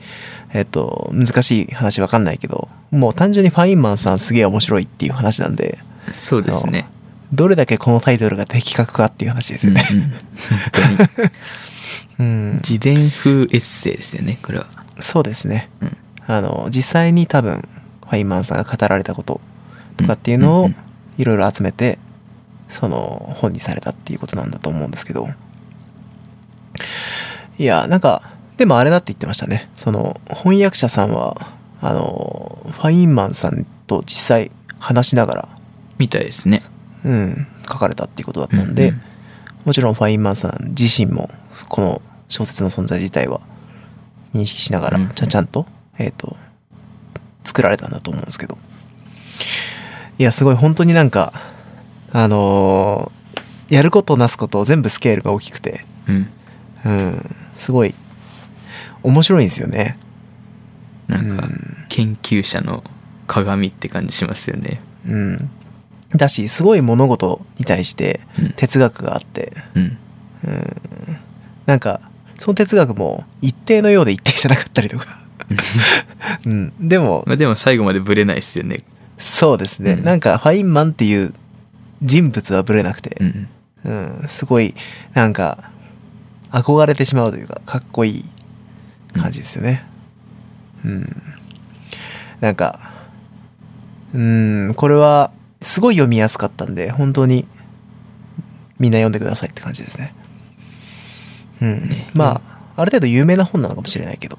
A: えっと難しい話分かんないけどもう単純にファインマンさんすげえ面白いっていう話なんで
B: そうですね。
A: どれだけこのタイトルが的確かっていう話です
B: うん
A: よ
B: うん
A: ね、
B: 本当に。
A: うん、
B: 自伝風エッセイですよね、これは。
A: そうですね
B: うん
A: あの実際に多分ファインマンさんが語られたこととかっていうの
B: う
A: を
B: ん
A: いろいろ集めてその本にされたっていうことなんだと思うんですけどいやなんかでもあれだって言ってましたねその翻訳者さんはあのファインマンさんと実際話しながら、
B: みたいですね。
A: うん、書かれたっていうことだったんで、
B: うんうん
A: もちろんファインマンさん自身もこの小説の存在自体は認識しながら
B: うん
A: ちゃちゃんと,、えー、と作られたんだと思うんですけどいやすごい本当になんかあのーやることなすこと全部スケールが大きくて、
B: うん。
A: うん、すごい面白いんですよね。
B: なんか
A: う、
B: 研究者の鏡って感じしますよね。
A: うん、だしすごい物事に対して
B: うん
A: 哲学があって、
B: うん。
A: うん、なんかその哲学も一定のようで一定じゃなかったりとか、うん、 でも
B: まあでも最後までブレないですよね。
A: そうですね、
B: うん
A: なんかファインマンっていう人物はぶれなく
B: う
A: て、
B: ん。
A: うん、すごいなんか憧れてしまうというかかっこいい感じですよねうんなんかうんこれはすごい読みやすかったんで本当にみんな読んでくださいって感じですねうん
B: ね
A: まあある程度有名な本なのかもしれないけど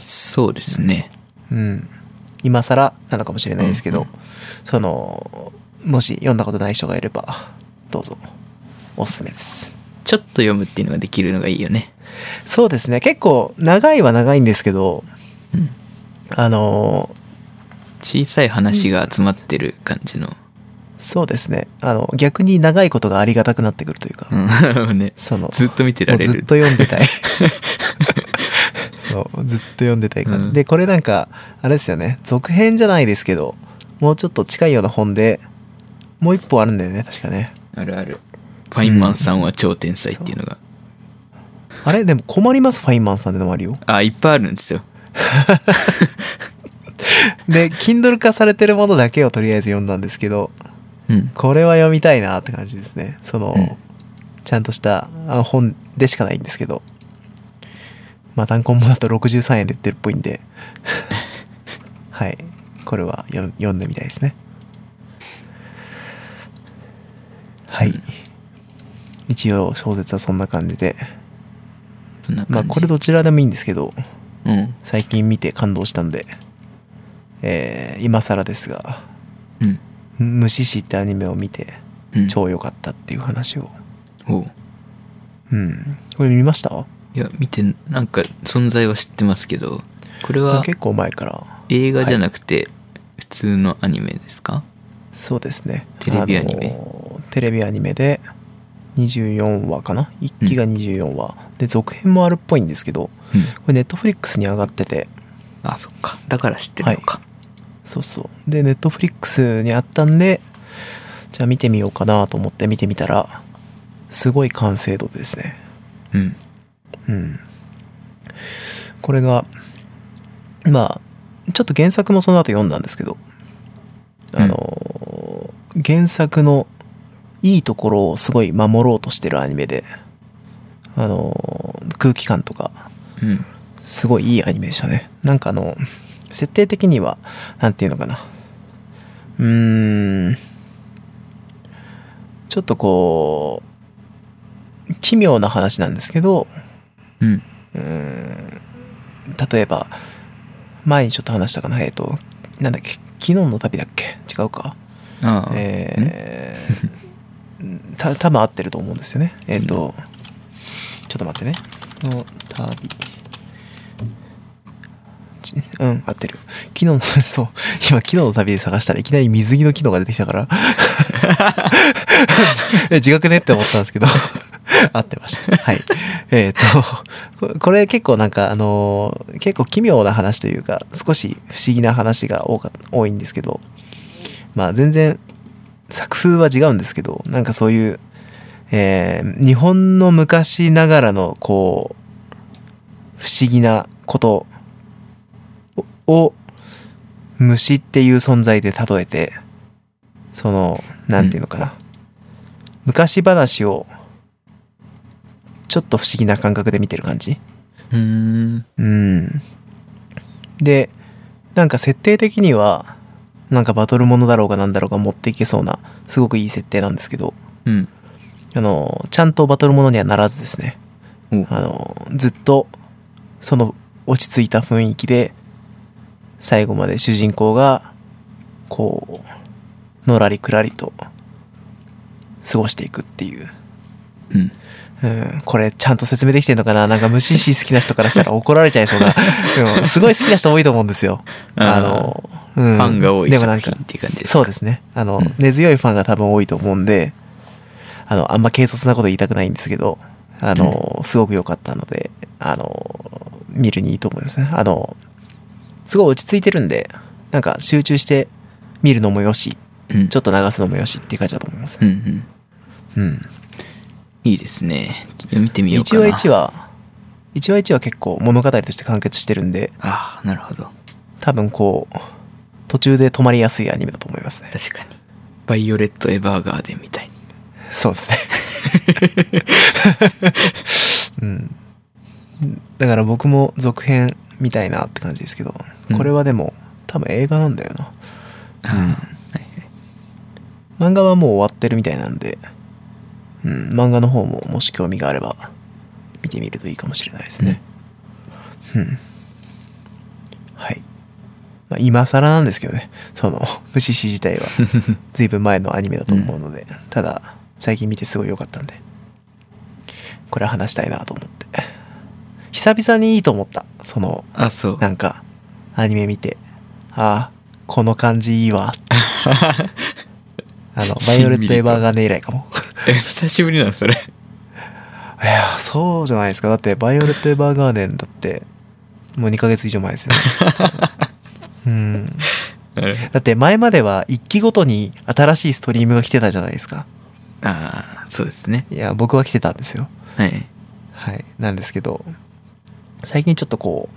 B: そうですね。
A: うん、今更なのかもしれないですけど、
B: うんうん
A: そのもし読んだことない人がいればどうぞおすすめです
B: ちょっと読むっていうのができるのがいいよね。
A: そうですね結構長いは長いんですけど
B: うん。
A: あの
B: 小さい話が集まってる感じの。
A: そうですねあの逆に長いことがありがたくなってくるというか、
B: うん。 ね。
A: その
B: ずっと見て
A: も
B: ら
A: う
B: れ
A: ずっ
B: る。
A: と読んでたい そうずっと読んでたい感じ、
B: うん
A: でこれなんかあれですよね続編じゃないですけどもうちょっと近いような本でもう一本あるんだよね確かね
B: あるある。ファインマンさんは超天才っていうのが。
A: あれでも困ります、ファインマンさんってのもあるよ。
B: あ、いっぱいあるんですよ。
A: で、Kindle 化されてるものだけをとりあえず読んだんですけど、
B: うん。
A: これは読みたいなって感じですね。その、
B: うん
A: ちゃんとしたあ本でしかないんですけど。まあ、単行本だと63円で売ってるっぽいんで。 はい。これは読読んでみたいですね。はい。一応小説はそんな感じで
B: そんな感じ
A: まあこれどちらでもいいんですけど
B: うん
A: 最近見て感動したんで、えー今更ですが
B: うん
A: 「虫師」ってアニメを見て
B: うん
A: 超良かったっていう話を
B: おう
A: うんこれ見ました
B: いや見てなんか存在は知ってますけどこれは
A: 結構前から
B: 映画じゃなくて普通のアニメですか、
A: そうですね
B: テレビアニメ
A: あのーテレビアニメで24話かな1期が24話、で続編もあるっぽいんですけど
B: うん
A: これネットフリックスに上がってて
B: あそっかだから知ってるのか、
A: そうそうでネットフリックスにあったんでじゃあ見てみようかなと思って見てみたらすごい完成度ですね
B: うん
A: うんこれがまあちょっと原作もその後読んだんですけどあの、原作のいいところをすごい守ろうとしてるアニメであの空気感とか
B: うん
A: すごいいいアニメでしたね。なんかあの、設定的には、なんていうのかな。うーん。ちょっとこう、奇妙な話なんですけど、
B: うん
A: うーん。例えば、前にちょっと話したかな、えっと、なんだっけ、昨日の旅だっけ違うか。
B: ああ、
A: えー、た多分合ってると思うんですよね。えっ、と、ちょっと待ってね。の旅。ちうん、合ってる。昨日の、 そう、今、昨日の旅で探したらいきなり水着の機能が出てきたから、 え違くねって思ったんですけど、 合ってました。はい。えっ、と、ここれ結構なんか、あのー結構奇妙な話というか、少し不思議な話が多か多いんですけど、まあ全然作風は違うんですけどなんかそういう、えー日本の昔ながらのこう不思議なことをを虫っていう存在で例えてそのなんていうのかな、昔話をちょっと不思議な感覚で見てる感じ
B: うーん
A: うん。で、なんか設定的には、なんかバトルものだろうがなんだろうが持っていけそうな、すごくいい設定なんですけど、
B: うん
A: あの、ちゃんとバトルものにはならずですね
B: お。
A: あの、ずっと、その落ち着いた雰囲気で、最後まで主人公が、こう、のらりくらりと、過ごしていくっていう。
B: うん
A: うん、これちゃんと説明できてんのかななんか無視し好きな人からしたら怒られちゃいそうな。でもすごい好きな人多いと思うんですよ。あの、うん、
B: ファンが多い
A: でもなん
B: 作
A: か、
B: 品っていう感じです
A: そう
B: か
A: ですね。あの、
B: うん
A: 根強いファンが多分多いと思うんで、あの、あんま軽率なこと言いたくないんですけど、あの、すごく良かったので、あの、見るにいいと思いますね。あの、すごい落ち着いてるんで、なんか集中して見るのもよし、
B: うん
A: ちょっと流すのもよしっていう感じだと思います
B: う
A: ね。
B: んうん
A: うん
B: いいですね読みてみようか
A: 一
B: な
A: 話一話一話一話結構物語として完結してるんで
B: ああなるほど
A: 多分こう途中で止まりやすいアニメだと思いますね
B: 確かにバイオレット・エヴァーガーデンみたい
A: そうですね うんだから僕も続編みたいなって感じですけど
B: うん
A: これはでも多分映画なんだよな
B: な、うん、はい
A: 漫画はもう終わってるみたいなんでうん漫画の方ももし興味があれば見てみるといいかもしれないですねうん。はい。まあ、今更なんですけどね、その、無視し自体 は、ずいぶん前のアニメだと思うので、ただ、最近見てすごい良かったんで、これは話したいなと思って。久々にいいと思った。その、
B: あそう
A: なんか、アニメ見て、ああ、この感じいいわ。あ の、バイオレット・エヴァーガーネ以来かも。
B: え久しぶりなのそれ
A: いや、そうじゃないですか。だって、バイオレット・エヴァーガーデンだって、もう2ヶ月以上前です よ、ね。うん。だって、前までは一期ごとに新しいストリームが来てたじゃないですか。
B: ああそうですね
A: いや、僕は来てたんですよ。
B: はい
A: はい。なんですけど、最近ちょっとこ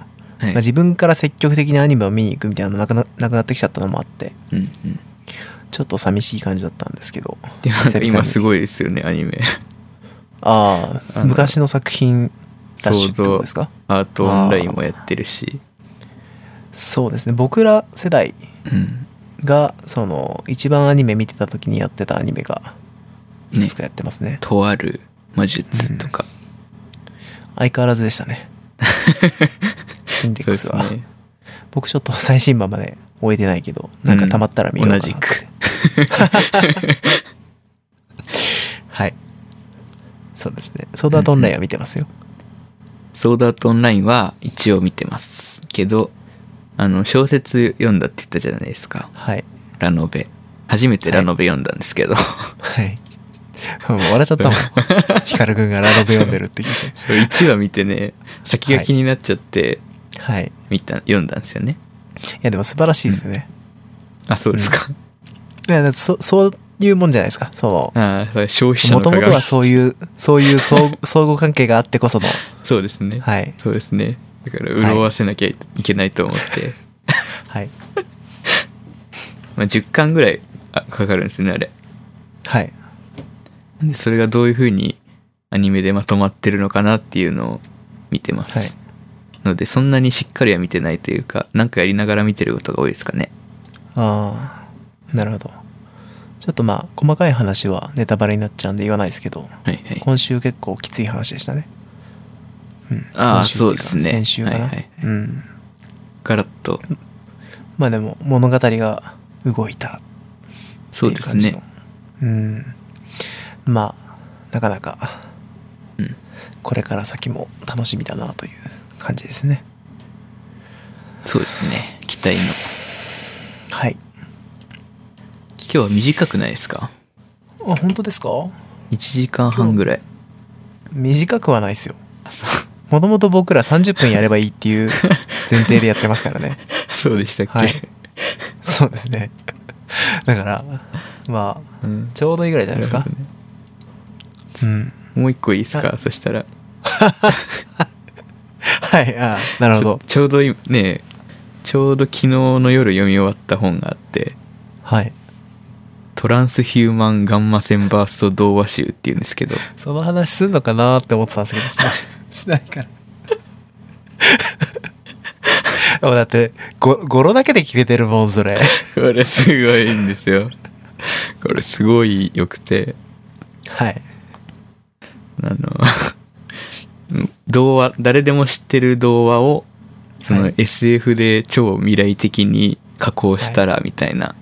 A: う、
B: はい、
A: まあ自分から積極的にアニメを見に行くみたいなのなくななくなってきちゃったのもあって、
B: うんうん
A: ちょっと寂しい感じだったんですけど。
B: でも
A: 久々に
B: 今すごいですよねアニメ
A: ああ、
B: あの
A: 昔の作品ラッシュ
B: 想
A: ってこと
B: 像
A: ですか
B: アートオンラインもやってるし
A: そうですね。僕ら世代
B: うん
A: がその一番アニメ見てた時にやってたアニメがいくつかやってますね
B: とある魔術とか、
A: 相変わらずでした ねインデッ
B: そう
A: ク
B: で
A: ス
B: す
A: は、
B: ね
A: 僕ちょっと最新版まで終えてないけどなんかたまったら見ようかなって、
B: うん同じく
A: はいそうですねソードアートオンラインは見てますよ、
B: ソードアートオンラインは一応見てますけどあの小説読んだって言ったじゃないですか
A: はい
B: ラノベ初めてラノベ読んだんですけど、
A: はいもう笑っちゃったもん ヒカルくんがラノベ読んでるって聞い
B: 1話見てね先が気になっちゃって
A: てはいい
B: 見た、読んだんですよね
A: やでも素晴らしいですよね、
B: あそうですか、
A: いやだってそそういうもんじゃないですかそ
B: ああそれ消費
A: う
B: 者
A: も
B: の
A: とも
B: 鏡
A: とはそういうそういう 相相互関係があってこその
B: そうですね、
A: はい
B: そうですねだから潤わせなきゃいけないと思って、
A: はい
B: まあ、10巻ぐらいあかかるんですねあれ
A: はい
B: でそれがどういう風にアニメでまとまってるのかなっていうのを見てます、
A: はい
B: のでそんなにしっかりは見てないというかなんかやりながら見てることが多いですかね
A: ああなるほどちょっとまあ細かい話はネタバレになっちゃうんで言わないですけど
B: はいはい
A: 今週結構きつい話でしたねうん
B: ああ
A: 今週っていか
B: そうですね
A: 先週かな、
B: はいはい
A: うん
B: ガラッと
A: まあでも物語が動いたって
B: そう
A: いう
B: です
A: 感じの
B: ね
A: うんまあなかなか、
B: うん
A: これから先も楽しみだなという感じですね
B: そうですね期待の
A: はい
B: 今日は短くないですか
A: あ本当ですか
B: 1時間半ぐらい
A: 短くはないですよもともと僕ら30分やればいいっていう前提でやってますから ね
B: そうでしたっけ、
A: はいそうですねだからまあ
B: うん
A: ちょうどいいぐらいじゃないです
B: な
A: か
B: るほどね
A: うん
B: もう一個いいですか
A: あ
B: そしたら
A: はいああなるほど
B: ちょちょうどいねちょうど昨日の夜読み終わった本があって
A: はい
B: 「トランスヒューマンガンマ線バースト童話集」っていうんですけど
A: その話すんのかなって思ってたんですけどし ないしないからでもだってご語呂だけで決めてるもんそれ
B: これすごいんですよこれすごい良くて
A: はい
B: あの 童話誰でも知ってる童話をそ
A: は
B: の
A: い
B: SF で超未来的に加工したらみたいな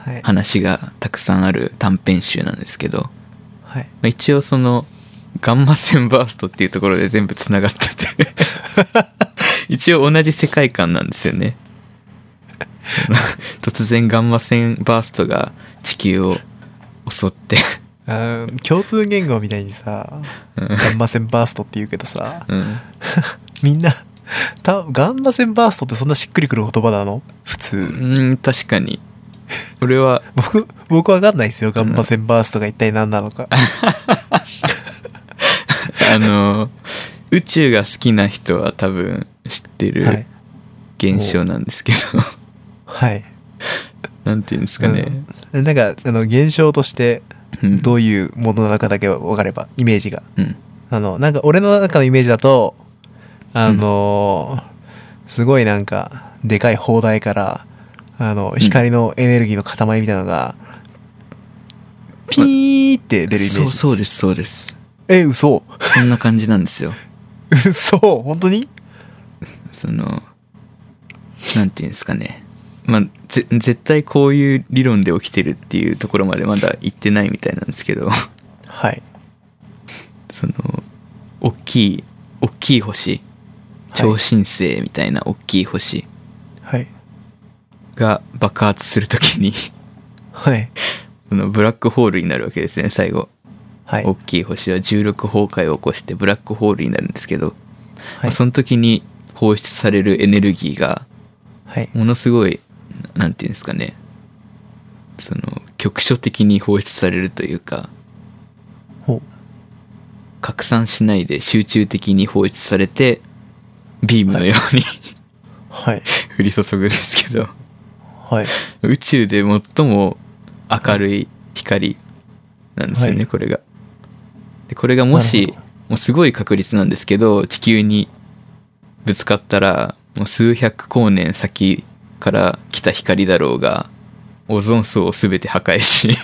A: はい
B: 話がたくさんある短編集なんですけど
A: はい
B: まあ一応そのガンマ 線バーストっていうところで全部つながっ てて一応同じ世界観なんですよね突然ガンマ線バーストが地球を襲って
A: あー共通言語みたいにさ
B: うん
A: ガンマ線バーストって言うけどさ
B: うん
A: みんなたガンマ線バーストってそんなしっくりくる言葉なの普通
B: うん確かに俺は
A: 僕僕わかんないですよガンマ線バーストが一体何なのか
B: あの宇宙が好きな人は多分知って
A: はい
B: る現象なんですけど、
A: はい
B: なんていうんですかね、
A: うんなんかあの現象として
B: うん
A: どういうものなのかだけ分かればイメージが
B: うん
A: あのなんか俺の中のイメージだとあのーすごいなんかでかい砲台からあの光のエネルギーの塊みたいなのが、ピーって出るイメージ、
B: そうそうですそうです
A: え嘘
B: そんな感じなんですよ
A: 嘘本当に
B: その、なんていうんですかね。まあ、ぜ絶対こういう理論で起きてるっていうところまでまだ行ってないみたいなんですけど、
A: はい
B: その、大きい、大きい星、
A: はい
B: 超新星みたいな大きい星
A: はい
B: が爆発するときに、
A: はい
B: そのブラックホールになるわけですね、最後。
A: はい
B: 大きい星は重力崩壊を起こしてブラックホールになるんですけど、
A: は
B: まあ
A: い
B: その時に放出されるエネルギーが
A: はい
B: ものすごいななんていうんですかねその局所的に放出されるというか
A: ほう
B: 拡散しないで集中的に放出されてビームのように
A: はい
B: 降り注ぐんですけど
A: はい
B: 宇宙で最も明るい光なんですよね、
A: はい
B: これが。でこれがも
A: なる
B: し
A: ほ
B: もうすごい確率なんですけど地球にぶつかったらもう数百光年先から来た光だろうが オゾン層を全て破壊し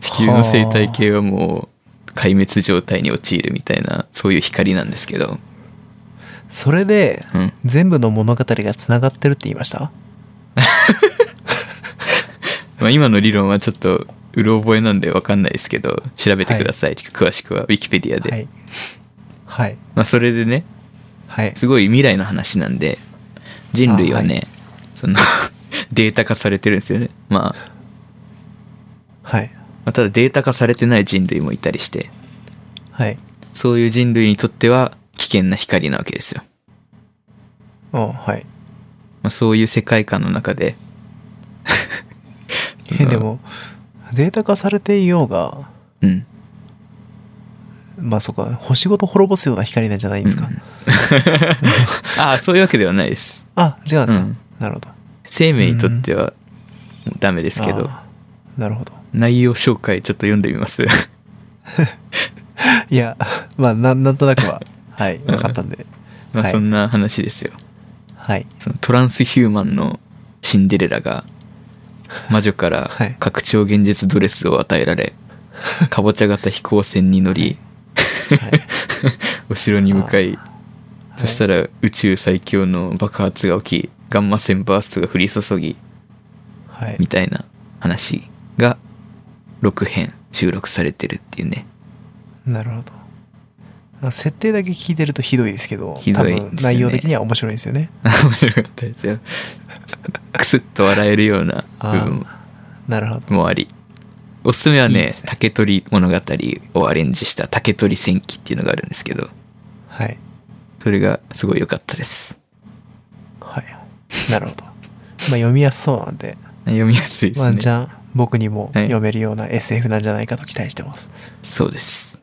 B: 地球の生態系はもう壊滅状態に陥るみたいな、そういう光なんですけど。
A: それで
B: うん。
A: 全部の物語がつながってるって言いました
B: まあ今の理論はちょっと、うろ覚えなんでわかんないですけど、調べてください。詳しくは、ウィキペディアで。
A: はいはい
B: まあそれでね、
A: はい
B: すごい未来の話なんで、人類はね、
A: あは
B: その、 データ化されてるんですよね。まあ、
A: はい
B: まあただデータ化されてない人類もいたりして、
A: はい
B: そういう人類にとっては危険な光なわけですよ。
A: おはい
B: まあ、そういう世界観の中で、
A: え でもデータ化されていようが
B: うん。
A: まあそこは星ごと滅ぼすような光なんじゃないんですか、
B: うんああ、そういうわけではないです。
A: あ違うんですか、
B: うん
A: なるほど
B: 生命にとっては、もうダメですけど、
A: あーなるほど
B: 内容紹介ちょっと読んでみ ます。
A: いや まあなんなんとなくははい分かったん で
B: ま
A: は
B: あ、
A: い
B: そんな話ですよ。
A: はい
B: そのトランスヒューマンのシンデレラが、魔女 から
A: はい
B: 拡張現実ドレスを与えら れ、かぼちゃ型飛行船に乗り、お城に向かい、そした
A: ら
B: ら宇宙最強の爆発が起き、ガンマ線バーストが降り注ぎ、
A: はい
B: みたいな話が6編収録されてるっていうね。
A: なるほどあ設定だけ聞いてるとひどいですけど
B: ひどいですね
A: 多分内容的には面白いんですよね
B: 面白かったですよ。くすっと笑えるような部分
A: あーなるほど
B: もあり。おすすめはね、
A: いいですね
B: 竹取物語をアレンジした竹取戦記っていうのがあるんですけど、
A: はい
B: それがすごい良かったです。
A: はいなるほどまあ読みやすそうなんで
B: 読みやすいですね。
A: ワンチャン僕にも
B: はい
A: 読めるような SF なんじゃないかと期待してます、
B: そうです。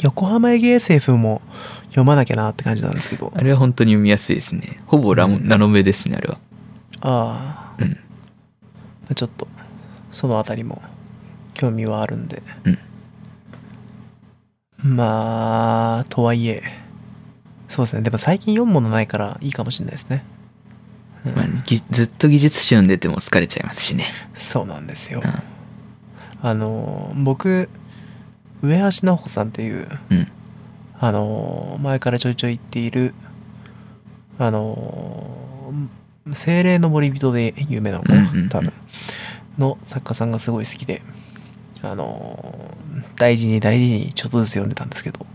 A: 横浜駅 SF も読まなきゃなって感じなんですけど
B: あれは本当に読みやすいですね。ほぼラ,、
A: うん
B: ラノベですね、あれは。
A: あ
B: うん。
A: あちょっとそのあたりも興味はあるんで、まあとはいえそうですねでも最近読むものないからいいかもしれないですね、うん
B: まあぎずっと技術書読んでても疲れちゃいますしね。
A: そうなんですよ、
B: う。
A: あの僕上橋直子さんっていうん
B: うん。
A: あの前からちょいちょい言っているあの精霊の森人で有名なのかな、
B: うんうんうん
A: 多分の作家さんがすごい好きであの大事に大事にちょっとずつ読んでたんですけ ど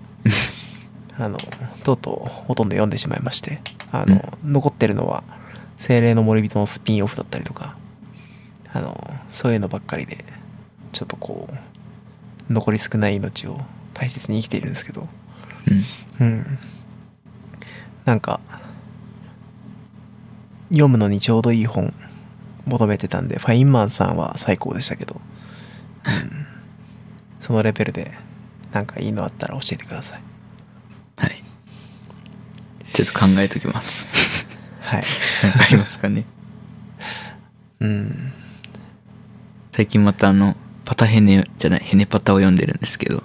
A: あのとうとうほとんど読んでしまいましてあの、残ってるのは精霊の森人のスピンオフだったりとかあのそういうのばっかりでちょっとこう残り少ない命を大切に生きているんですけど
B: うん。
A: うん。なんか、読むのにちょうどいい本求めてたんで、ファインマンさんは最高でしたけど、うん、そのレベルで、なんかいいのあったら教えてください。
B: はい。ちょっと考えときます。
A: はい。
B: わかりますかね。
A: うん。
B: 最近またあの、パタヘネじゃない、ヘネパタを読んでるんですけど、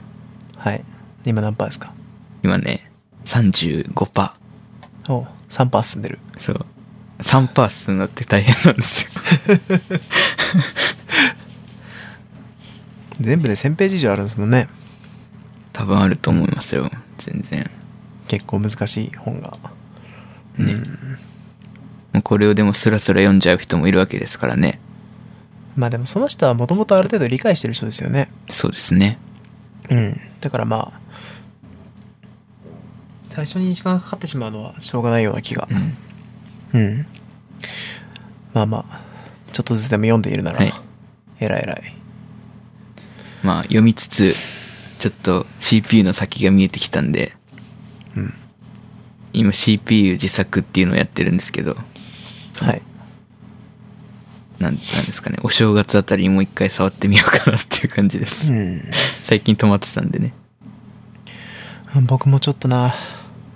A: はい。今何パーですか
B: 今ね、35%パ
A: お3パー進んでる。
B: ー。そう。3%パーするのって大変なんですよ。
A: 全部で1000ページ以上あるんですもんね。
B: 多分あると思いますよ。全然。
A: 結構難しい本が。
B: ね。もうこれをでもスラスラ読んじゃう人もいるわけですからね。
A: まあでもその人はもともとある程度理解してる人ですよね。
B: そうですね。
A: うん、だからまあ最初に時間がかかってしまうのはしょうがないような気がう
B: うん。
A: んまあまあちょっとずつでも読んでいるなら、
B: はい
A: えらいえらい
B: まあ、読みつつ、ちょっと CPU の先が見えてきたんで、
A: うん
B: 今 CPU 自作っていうのをやってるんですけど、
A: はい
B: なんなんですかね、お正月あたりにもう一回触ってみようかなっていう感じです。
A: う
B: 最近止まってたんでね。
A: ん僕もちょっとな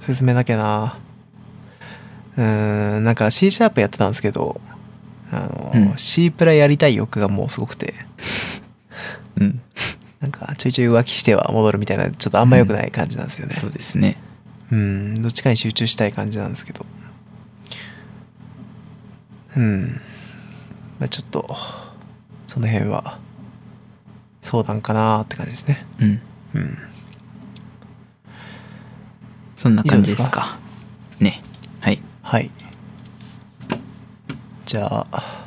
A: 進めなきゃなうーんなんか C シャープやってたんですけどあの、
B: うん
A: C プラやりたい欲がもうすごくて
B: うん。
A: なんかちょいちょい浮気しては戻るみたいなちょっとあんま良くない感じなんですよね、
B: そうですね。
A: うん、どっちかに集中したい感じなんですけど。うん。まあ、ちょっと、その辺は、相談かなーって感じですね。
B: うん。
A: ううん。
B: そんな感じですか
A: 以上
B: ねはい
A: はい。じゃあ、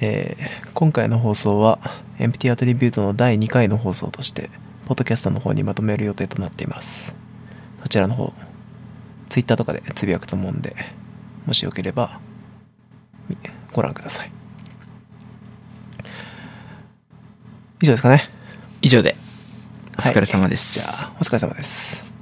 A: えー今回の放送は、エンプティアトリビュートの第2回の放送として、ポッドキャストの方にまとめる予定となっています。そちらの方、ツイッターとかでつぶやくと思うんで、もしよければ、みご覧ください。以上ですかね。
B: 以上でお
A: はい
B: 疲れ様です、
A: じゃあ、お疲れ様です。